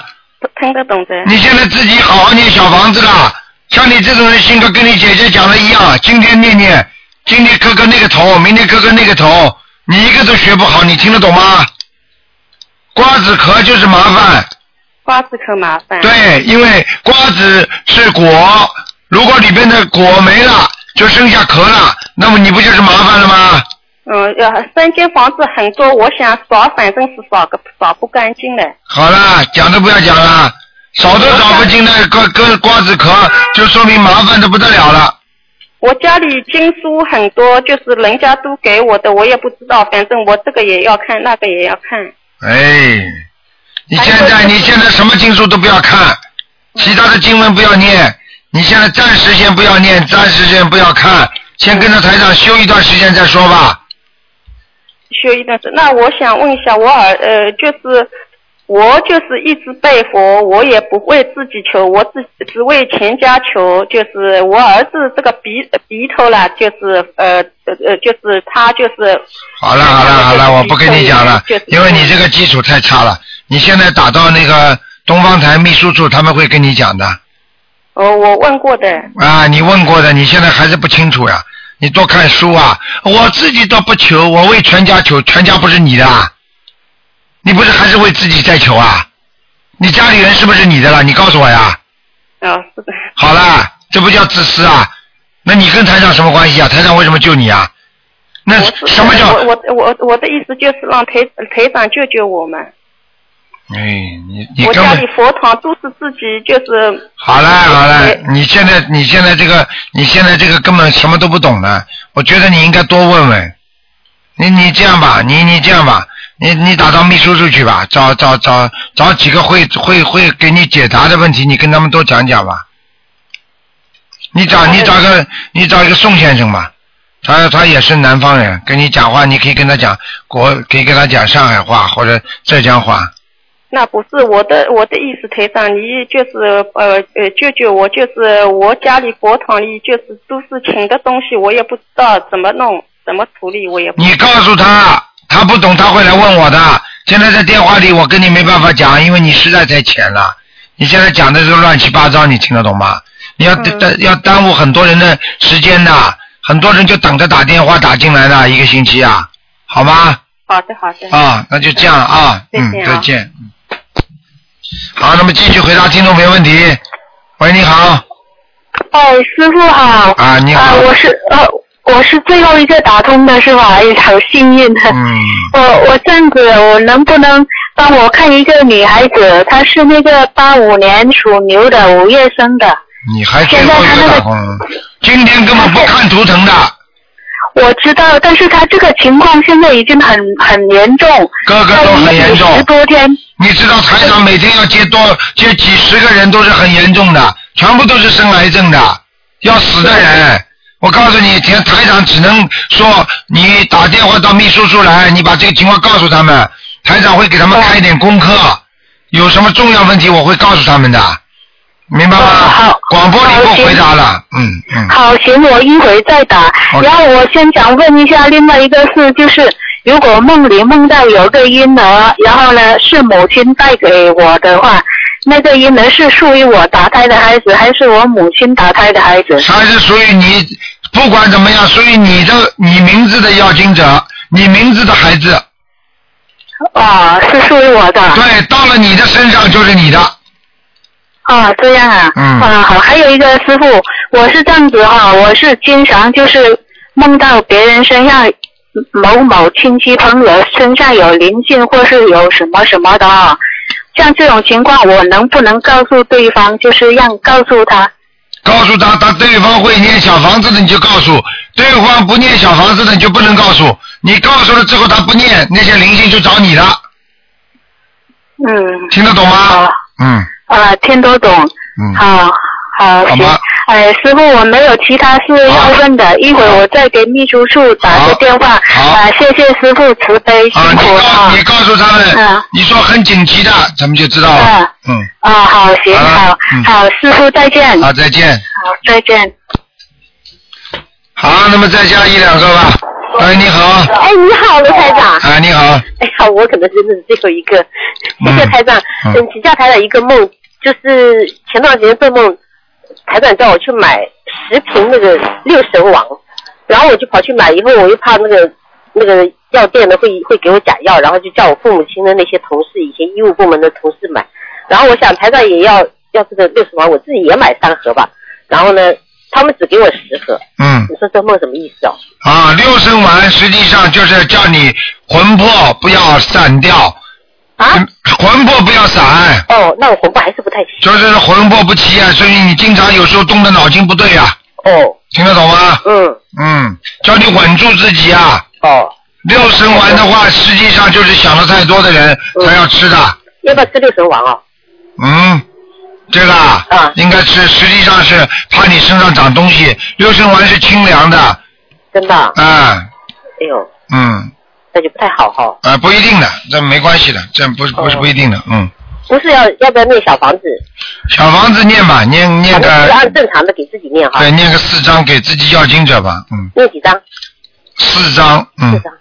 Speaker 7: 听得懂的。
Speaker 1: 你现在自己好好念小房子啦。像你这种人性格，跟你姐姐讲的一样，今天念念，今天磕磕那个头，明天磕磕那个头，你一个都学不好，你听得懂吗？瓜子壳就是麻烦，
Speaker 7: 瓜子可麻烦。
Speaker 1: 对，因为瓜子是果，如果里边的果没了，就剩下壳了，那么你不就是麻烦了吗？
Speaker 7: 嗯，要三间房子很多，我想扫，反正是扫个扫不干净了。
Speaker 1: 好啦，讲都不要讲啦，找都找不进来，割割瓜子壳，就说明麻烦的不得了了。
Speaker 7: 我家里经书很多，就是人家都给我的，我也不知道，反正我这个也要看，那个也要看。
Speaker 1: 哎，你
Speaker 7: 还有
Speaker 1: 现在
Speaker 7: 就是
Speaker 1: 你现在什么经书都不要看，其他的经文不要念，你现在暂时先不要念，暂时先不要看，先跟着台长修一段时间再说吧。
Speaker 7: 修一段时，那我想问一下，我儿呃，就是我就是一直拜佛，我也不为自己求，我自只为全家求。就是我儿子这个鼻呃鼻头啦，就是呃呃呃，就是他就是
Speaker 1: 好了好了好了，我不跟你讲了
Speaker 7: 就是，
Speaker 1: 因为你这个基础太差了。你现在打到那个东方台秘书处，他们会跟你讲的
Speaker 7: 呃，我问过的，
Speaker 1: 啊。你问过的，你现在还是不清楚呀。你多看书啊！我自己倒不求，我为全家求，全家不是你的啊，你不是还是为自己在求啊？你家里人是不是你的了？你告诉我呀。
Speaker 7: 啊、是的，
Speaker 1: 好啦，这不叫自私啊！那你跟台长什么关系啊？台长为什么救你啊？那
Speaker 7: 我是
Speaker 1: 什么叫？
Speaker 7: 我我我我的意思就是让台台长救救我们。
Speaker 1: 哎，你你
Speaker 7: 我
Speaker 1: 根
Speaker 7: 家
Speaker 1: 本
Speaker 7: 里佛堂都是自己，就是
Speaker 1: 好了好了
Speaker 7: 对，
Speaker 1: 你现在你现在这个你现在这个根本什么都不懂的，我觉得你应该多问问。你你这样吧，你你这样吧，你你打到秘书处去吧，找找找找几个会会会给你解答的问题，你跟他们多讲讲吧。你找你找个你找一个宋先生吧，他他也是南方人，跟你讲话你可以跟他讲国，可以跟他讲上海话或者浙江话。
Speaker 7: 那不是我的我的意思，台长，你就是呃呃救救我，就是我家里佛堂里就是都是请的东西，我也不知道怎么弄，怎么处理，我也不
Speaker 1: 你告诉他，他不懂他会来问我的。现在在电话里，我跟你没办法讲，因为你实在太浅了。你现在讲的是乱七八糟，你听得懂吗？你要
Speaker 7: 嗯
Speaker 1: 耽、要耽误很多人的时间的，很多人就等着打电话打进来的一个星期啊，好吗？
Speaker 7: 好的好的，
Speaker 1: 啊，那就这样啊，
Speaker 7: 再
Speaker 1: 嗯
Speaker 7: 见，啊
Speaker 1: 再见。嗯好，那么继续回答听众朋友问题。喂，你好。
Speaker 8: 哎，师傅好。
Speaker 1: 啊，你好
Speaker 8: 啊，我是呃，我是最后一个打通的，是吧？ 也好幸运的。
Speaker 1: 嗯，
Speaker 8: 我 我这样子，我能不能帮我看一个女孩子？她是那个八五年属牛的，五月生的。
Speaker 1: 你还最后一个打通了，今天根本不看图腾的，
Speaker 8: 我知道，但是她这个情况现在已经很很严重，
Speaker 1: 个个都很严重
Speaker 8: 十。多天。
Speaker 1: 你知道台长每天要接多接几十个人都是很严重的，全部都是生癌症的，要死的人。我告诉你，台台长只能说你打电话到秘书处来，你把这个情况告诉他们，台长会给他们开一点功课，有什么重要问题我会告诉他们的，明白
Speaker 8: 哦
Speaker 1: 吗
Speaker 8: 好？
Speaker 1: 广播里
Speaker 8: 好
Speaker 1: 不
Speaker 8: 行
Speaker 1: 回答了，嗯嗯。
Speaker 8: 好，行，我一会儿再打。
Speaker 1: 好的
Speaker 8: 然后我先想问一下另外一个事，就是如果梦里梦到有个婴儿，然后呢是母亲带给我的话，那个婴儿是属于我打胎的孩子，还是我母亲打胎的孩子？
Speaker 1: 还是属于你，不管怎么样，属于你的你名字的要经者，你名字的孩子，
Speaker 8: 哦，是属于我的。
Speaker 1: 对，到了你的身上就是你的，
Speaker 8: 啊，这样啊，
Speaker 1: 嗯
Speaker 8: 啊好，还有一个师傅，我是这样子哈、我是经常就是梦到别人身上某某亲戚朋友身上有灵性或是有什么什么的啊、像这种情况，我能不能告诉对方，就是让告诉他？
Speaker 1: 告诉他，他对方会念小房子的你就告诉，对方不念小房子的你就不能告诉，你告诉了之后他不念，那些灵性就找你了，
Speaker 8: 嗯，
Speaker 1: 听得懂吗
Speaker 8: 好？
Speaker 1: 嗯
Speaker 8: 啊，听得懂，
Speaker 1: 嗯，
Speaker 8: 好，好，
Speaker 1: 好
Speaker 8: 行
Speaker 1: 吗，
Speaker 8: 哎，师傅，我没有其他事要问的，一会儿我再给秘书处打
Speaker 1: 好
Speaker 8: 个电话，
Speaker 1: 好
Speaker 8: 啊，谢谢师傅慈悲，辛
Speaker 1: 啊，你
Speaker 8: 苦
Speaker 1: 告
Speaker 8: 啊
Speaker 1: 你告诉他们
Speaker 8: 嗯，
Speaker 1: 你说很紧急的，咱们就知道了，嗯，
Speaker 8: 啊，好，行，
Speaker 1: 好
Speaker 8: 好
Speaker 1: 了嗯，
Speaker 8: 好，师傅再见，好
Speaker 1: 好，，再见。
Speaker 8: 再见。
Speaker 1: 好，那么再加一两个吧。哎，你好，
Speaker 9: 哎，你好，卢台长。
Speaker 1: 哎，你好，
Speaker 9: 哎呀，我可能真的是最后一个。谢谢
Speaker 1: 嗯
Speaker 9: 台长，
Speaker 1: 嗯
Speaker 9: 嗯，请教台长一个梦，就是前段时间做梦，台长叫我去买十瓶那个六神王，然后我就跑去买，以后我又怕那个那个药店的会会给我假药，然后就叫我父母亲的那些同事，以前医务部门的同事买，然后我想台长也要要这个六神王，我自己也买三盒吧，然后呢，他们只给我十盒，
Speaker 1: 嗯。
Speaker 9: 你说这梦什么意思哦？
Speaker 1: 啊，六神丸实际上就是叫你魂魄不要散掉，
Speaker 9: 啊？
Speaker 1: 嗯魂魄不要散，
Speaker 9: 哦，那我魂魄还是不太行。
Speaker 1: 就是魂魄不齐啊，所以你经常有时候动的脑筋不对啊，
Speaker 9: 哦，
Speaker 1: 听得懂吗？
Speaker 9: 嗯，
Speaker 1: 嗯，叫你稳住自己啊。
Speaker 9: 哦，嗯
Speaker 1: 六神丸的话，实际上就是想的太多的人才要吃的，
Speaker 9: 要不要吃六神丸哦？
Speaker 1: 嗯，这个啊
Speaker 9: 啊，
Speaker 1: 应该吃，实际上是怕你身上长东西。六神丸是清凉的，
Speaker 9: 真的啊？
Speaker 1: 啊，
Speaker 9: 哎呦，
Speaker 1: 嗯，
Speaker 9: 那就不太好哈、
Speaker 1: 啊，不一定的，这没关系的，这不是不是
Speaker 9: 哦
Speaker 1: 不一定的，嗯。
Speaker 9: 不是要要不要念小房子？
Speaker 1: 小房子念吧，念念
Speaker 9: 反正就是
Speaker 1: 个
Speaker 9: 按正常的给自己念哈。
Speaker 1: 对，念个四张给自己要经者吧，嗯，
Speaker 9: 念几张？
Speaker 1: 四张，
Speaker 9: 四
Speaker 1: 嗯，
Speaker 9: 张。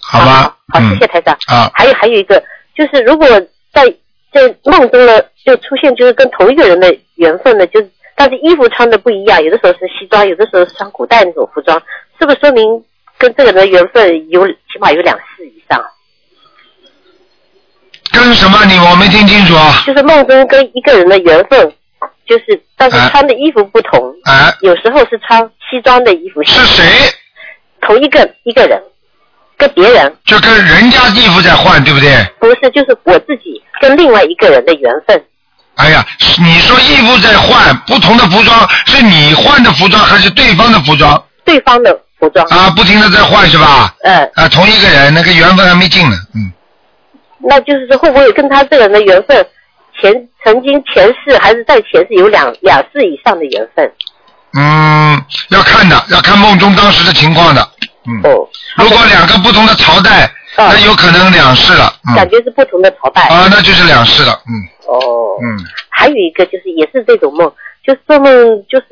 Speaker 1: 好吧，
Speaker 9: 好，好
Speaker 1: 嗯
Speaker 9: 谢谢台长。
Speaker 1: 啊，
Speaker 9: 还有还有一个，就是如果在在梦中呢，就出现就是跟同一个人的缘分呢，就是但是衣服穿的不一样，有的时候是西装，有的时候是穿古代那种服装，是不是说明跟这个人的缘分有起码有两世以上啊？
Speaker 1: 跟什么你我没听清楚，
Speaker 9: 就是梦中跟一个人的缘分，就是但是
Speaker 1: 哎
Speaker 9: 穿的衣服不同，
Speaker 1: 哎，
Speaker 9: 有时候是穿西装的衣服，
Speaker 1: 是谁？
Speaker 9: 同一个一个人，跟别人
Speaker 1: 就跟人家衣服在换，对不对？
Speaker 9: 不是，就是我自己跟另外一个人的缘分，
Speaker 1: 哎呀，是你说衣服在换，不同的服装是你换的服装还是对方的服装
Speaker 9: 对方的服装，
Speaker 1: 啊？不停的在换是吧？
Speaker 9: 嗯，
Speaker 1: 啊，同一个人，那个缘分还没尽呢，嗯，
Speaker 9: 那就是说会不会跟他这个人的缘分，前曾经前世还是在前世有两两世以上的缘分？
Speaker 1: 嗯，要看的，要看梦中当时的情况的，嗯。
Speaker 9: 哦，
Speaker 1: 如果两个不同的朝代，
Speaker 9: 嗯
Speaker 1: 那有可能两世了。嗯、
Speaker 9: 感觉是不同的朝代。
Speaker 1: 啊，那就是两世了。嗯
Speaker 9: 哦，
Speaker 1: 嗯，
Speaker 9: 还有一个就是也是这种梦，就是做梦就是，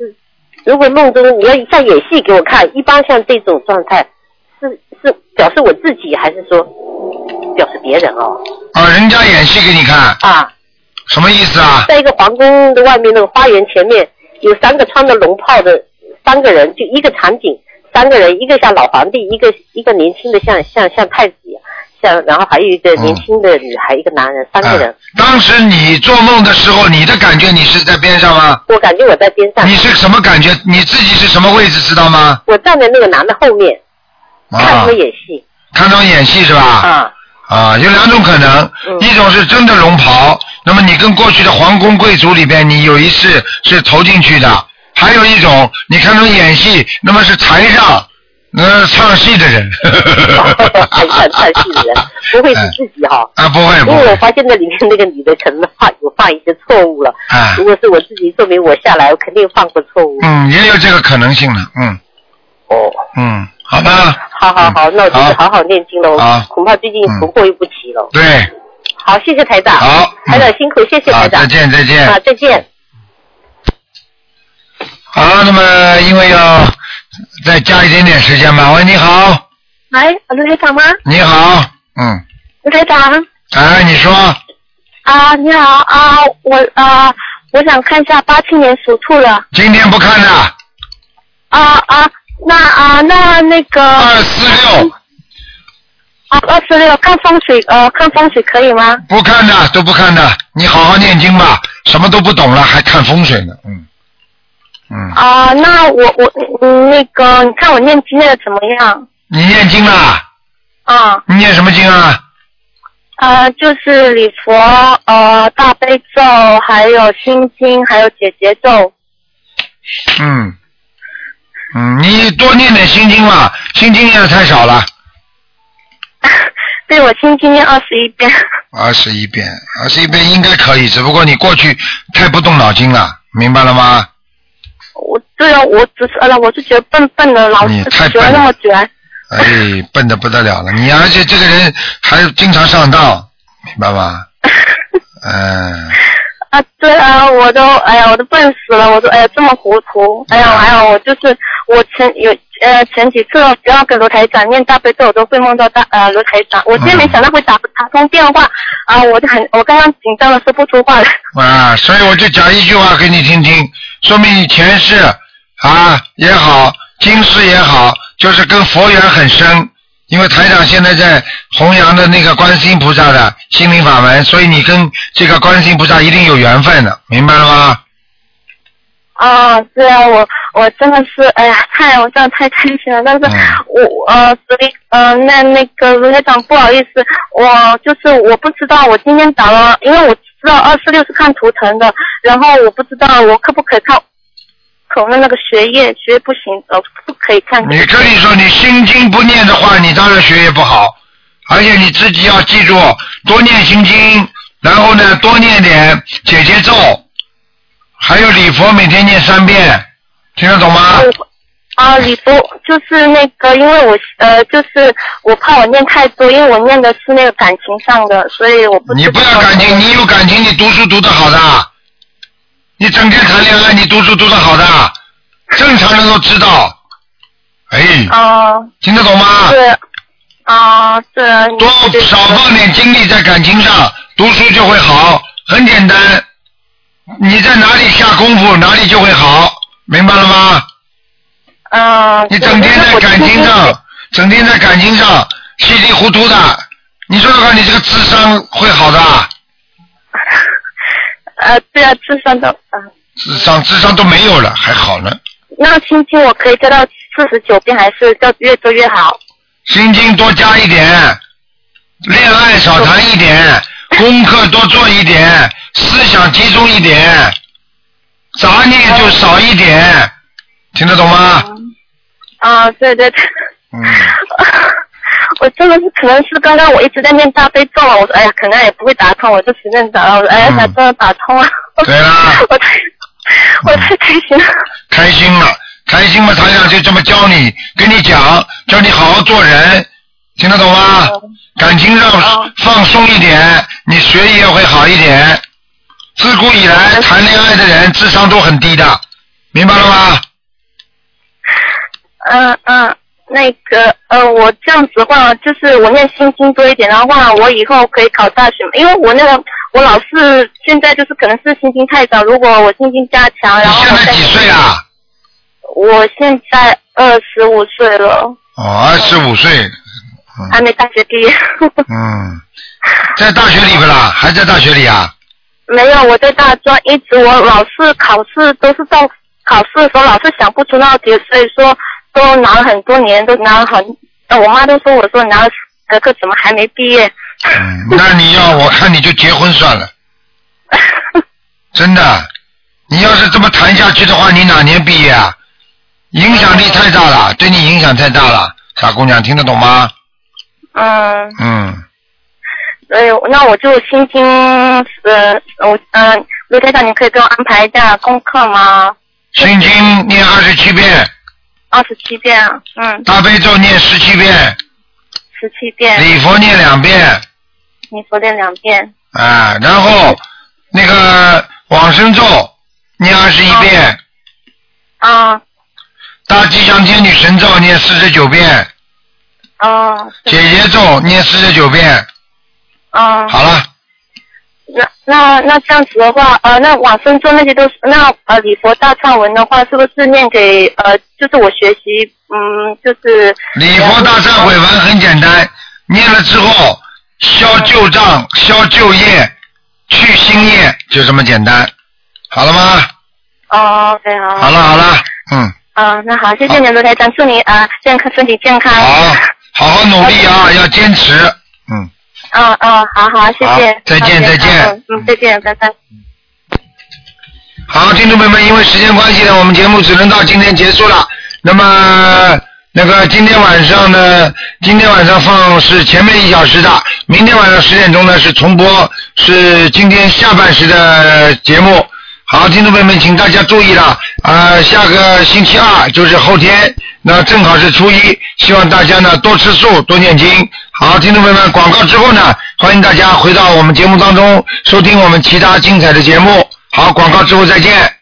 Speaker 9: 如果梦中你要像演戏给我看，一般像这种状态，是是表示我自己还是说表示别人哦？
Speaker 1: 啊，人家演戏给你看，
Speaker 9: 啊，
Speaker 1: 什么意思啊？
Speaker 9: 在一个皇宫的外面那个花园前面，有三个穿着龙袍的三个人，就一个场景，三个人，一个像老皇帝，一个一个年轻的像像像太子一样，像，然后还有一个年轻的女孩，一个男人，三个人。
Speaker 1: 当时你做梦的时候，你的感觉你是在边上吗？
Speaker 9: 我感觉我在边上，
Speaker 1: 你是什么感觉？你自己是什么位置知道吗？
Speaker 9: 我站在那个男的后面看
Speaker 1: 啊
Speaker 9: 他们，演戏。
Speaker 1: 看他们演戏是吧？
Speaker 9: 啊，嗯
Speaker 1: 啊，有两种可能，一种是真的龙袍，那么你跟过去的皇宫贵族里边，你有一次是投进去的；还有一种，你看他们演戏，那么是台上，呃，唱戏的人。
Speaker 9: 还看看戏的人，不会是自己哈、
Speaker 1: 啊，不会不
Speaker 9: 因为我
Speaker 1: 会，
Speaker 9: 发现那里面那个女的可能犯有犯一些错误了。
Speaker 1: 啊
Speaker 9: 如，果是我自己证明我下来，我肯定犯过错误。
Speaker 1: 嗯，也有这个可能性的，嗯
Speaker 9: 哦，
Speaker 1: 嗯，好吧，
Speaker 9: 好好好，那我就是好好念经了。我
Speaker 1: 好
Speaker 9: 恐怕最近
Speaker 1: 嗯
Speaker 9: 突破又不起了。
Speaker 1: 对，啊
Speaker 9: 好，谢谢台长。
Speaker 1: 好嗯
Speaker 9: 台长辛苦，谢谢
Speaker 1: 好，
Speaker 9: 台长。
Speaker 1: 再见再见。
Speaker 9: 啊，再见。
Speaker 1: 好，那么因为要再加一点点时间嘛，喂，你好，
Speaker 8: 喂，哎卢台长吗？
Speaker 1: 你好，嗯，
Speaker 8: 卢台长
Speaker 1: 哎，你说，
Speaker 8: 啊，你好啊，我啊，我想看一下八七年属兔的
Speaker 1: 今天不看了，
Speaker 8: 啊啊，那啊那那个啊
Speaker 1: 二四六
Speaker 8: 二十六看风水呃看风水可以吗？
Speaker 1: 不看的都不看的，你好好念经吧，什么都不懂了还看风水呢，嗯嗯，
Speaker 8: 啊，那我我嗯那个你看我念经念的怎么样？
Speaker 1: 你念经啦？
Speaker 8: 啊
Speaker 1: 你念什么经啊？
Speaker 8: 啊，就是礼佛呃大悲咒，还有心经，还有解结咒。
Speaker 1: 嗯嗯，你多念点心经吧，心经念的太少了，
Speaker 8: 对，我心经念二十一遍。
Speaker 1: 二十一遍，二十一遍应该可以，只不过你过去太不动脑筋了，明白了吗？
Speaker 8: 我对啊，我只是呃，我是觉得笨笨的，老
Speaker 1: 你
Speaker 8: 是
Speaker 1: 太
Speaker 8: 学
Speaker 1: 笨
Speaker 8: 那么卷。
Speaker 1: 哎，笨的不得了了，你而且这个人还经常上当，明白吗？嗯，
Speaker 8: 啊，对啊，我都哎呀，我都笨死了，我都哎呀这么糊涂，哎呀还有我就是我前有呃前几次只要跟罗台长念大悲咒，我都会梦到大呃罗台长，我今天没想到会打打通电话啊，我就很我刚刚紧张的说不出话来。
Speaker 1: 啊，所以我就讲一句话给你听听，说明你前世啊也好，今世也好，就是跟佛缘很深。因为台长现在在弘扬的那个观世音菩萨的心灵法门，所以你跟这个观世音菩萨一定有缘分的，明白了吗？
Speaker 8: 啊，对啊，我我真的是，哎呀，太我真的太开心了。但是
Speaker 1: 嗯
Speaker 8: 我，呃，所以呃，那那个卢台长不好意思，我就是我不知道，我今天打了，因为我知道二四六是看图腾的，然后我不知道我可不可以看，可能那个学业学业不行，呃，不可以看。
Speaker 1: 你跟你说，你心经不念的话，你当然学业不好，而且你自己要记住，多念心经，然后呢，多念点解结咒，还有礼佛，每天念三遍，听得懂吗？
Speaker 8: 我啊，礼佛就是那个，因为我呃，就是我怕我念太多，因为我念的是那个感情上的，所以我不知
Speaker 1: 你不要
Speaker 8: 道
Speaker 1: 感情，你有感情，你读书读得好的，你整天谈恋爱，你读书读得好的，正常人都知道。哎，
Speaker 8: 啊。
Speaker 1: 听得懂吗？
Speaker 8: 对，啊，对，你
Speaker 1: 多
Speaker 8: 对
Speaker 1: 少放点精力在感情上，读书就会好，很简单。你在哪里下功夫，哪里就会好，明白了吗？
Speaker 8: 嗯，
Speaker 1: 你整天在感情
Speaker 8: 对
Speaker 1: 上，整天在感情上稀里糊涂的，你说说看，你这个智商会好的？啊
Speaker 8: 呃，对啊，智商的，嗯，
Speaker 1: 智商智商都没有了，还好呢。
Speaker 8: 那心经我可以加到四十九遍，还是要越多越好？
Speaker 1: 心经多加一点，恋爱少谈一点，功课多做一点，思想集中一点，杂念就少一点，听得懂吗？
Speaker 8: 啊，对对对。
Speaker 1: 嗯，
Speaker 8: 我真的是，可能是刚刚我一直在念大悲咒了，我说哎呀，可能也不会打通，我就随便打了，我说哎呀，
Speaker 1: 嗯啊
Speaker 8: 真的打通了，
Speaker 1: 对啦，
Speaker 8: 我太我太开心了，
Speaker 1: 开心了，开心嘛，台长就这么教你，跟你讲，教你好好做人，听得懂吗？感情上放松一点，你学业会好一点。自古以来，谈恋爱的人智商都很低的，明白了吗？
Speaker 8: 嗯嗯。那个呃，我这样子的话，就是我念心经多一点的话，我以后可以考大学嘛。因为我那个我老是现在就是可能是心经太早，如果我心经加强，然
Speaker 1: 你
Speaker 8: 后
Speaker 1: 现
Speaker 8: 我
Speaker 1: 在
Speaker 8: 再
Speaker 1: 几岁啊？
Speaker 8: 我现在二十五岁了。
Speaker 1: 哦，二十五岁，嗯
Speaker 8: 还没大学毕业。
Speaker 1: 嗯，在大学里不啦？还在大学里啊？
Speaker 8: 没有，我在大专一直我老是考试都是到考试的时候老是想不出那题，所以说都拿了很多年，都拿了很，呃我妈都说我说拿了十个怎么还没毕业？
Speaker 1: 嗯，那你要我看你就结婚算 了。真的，你要是这么谈下去的话，你哪年毕业啊？影响力太大了，对你影响太大了，傻姑娘听得懂吗？
Speaker 8: 嗯，
Speaker 1: 嗯，
Speaker 8: 所以哎那我就心心呃我嗯、呃，刘台长，你可以给我安排一下功课吗？
Speaker 1: 心经念二十七遍，
Speaker 8: 二十七遍，嗯，
Speaker 1: 大悲咒念十七遍，
Speaker 8: 十七遍，
Speaker 1: 礼佛念两遍，
Speaker 8: 你佛念两遍，
Speaker 1: 啊，然后那个往生咒念二十一遍，
Speaker 8: 啊、
Speaker 1: 大吉祥天女神咒念四十九遍，
Speaker 8: 啊、
Speaker 1: 解结咒念四十九遍，
Speaker 8: 啊、
Speaker 1: 好了，
Speaker 8: 那那那这样子的话，呃，那往生咒那些都是那呃礼佛大忏文的话，是不是念给呃就是我学习嗯就是
Speaker 1: 礼佛大忏悔文很简单，念了之后消旧障、消旧业、去新业，就这么简单，好了吗？
Speaker 8: 哦，OK 好。
Speaker 1: 好了好了，嗯，
Speaker 8: 嗯、那好，谢谢您罗台长，祝你啊、呃健康身体健康。好。
Speaker 1: 好好努力啊，要坚持，嗯。
Speaker 8: 嗯嗯，好好，谢谢
Speaker 1: 好。再见
Speaker 8: 好
Speaker 1: 再见
Speaker 8: 嗯嗯，再见，拜拜。
Speaker 1: 好，听众朋友们，因为时间关系呢，我们节目只能到今天结束了。那么，那个今天晚上呢，今天晚上放是前面一小时的，明天晚上十点钟呢是重播，是今天下半时的节目。好，听众朋友们，请大家注意了，呃，下个星期二就是后天，那正好是初一，希望大家呢多吃素，多念经。好，听众朋友们，广告之后呢，欢迎大家回到我们节目当中，收听我们其他精彩的节目。好，广告之后再见。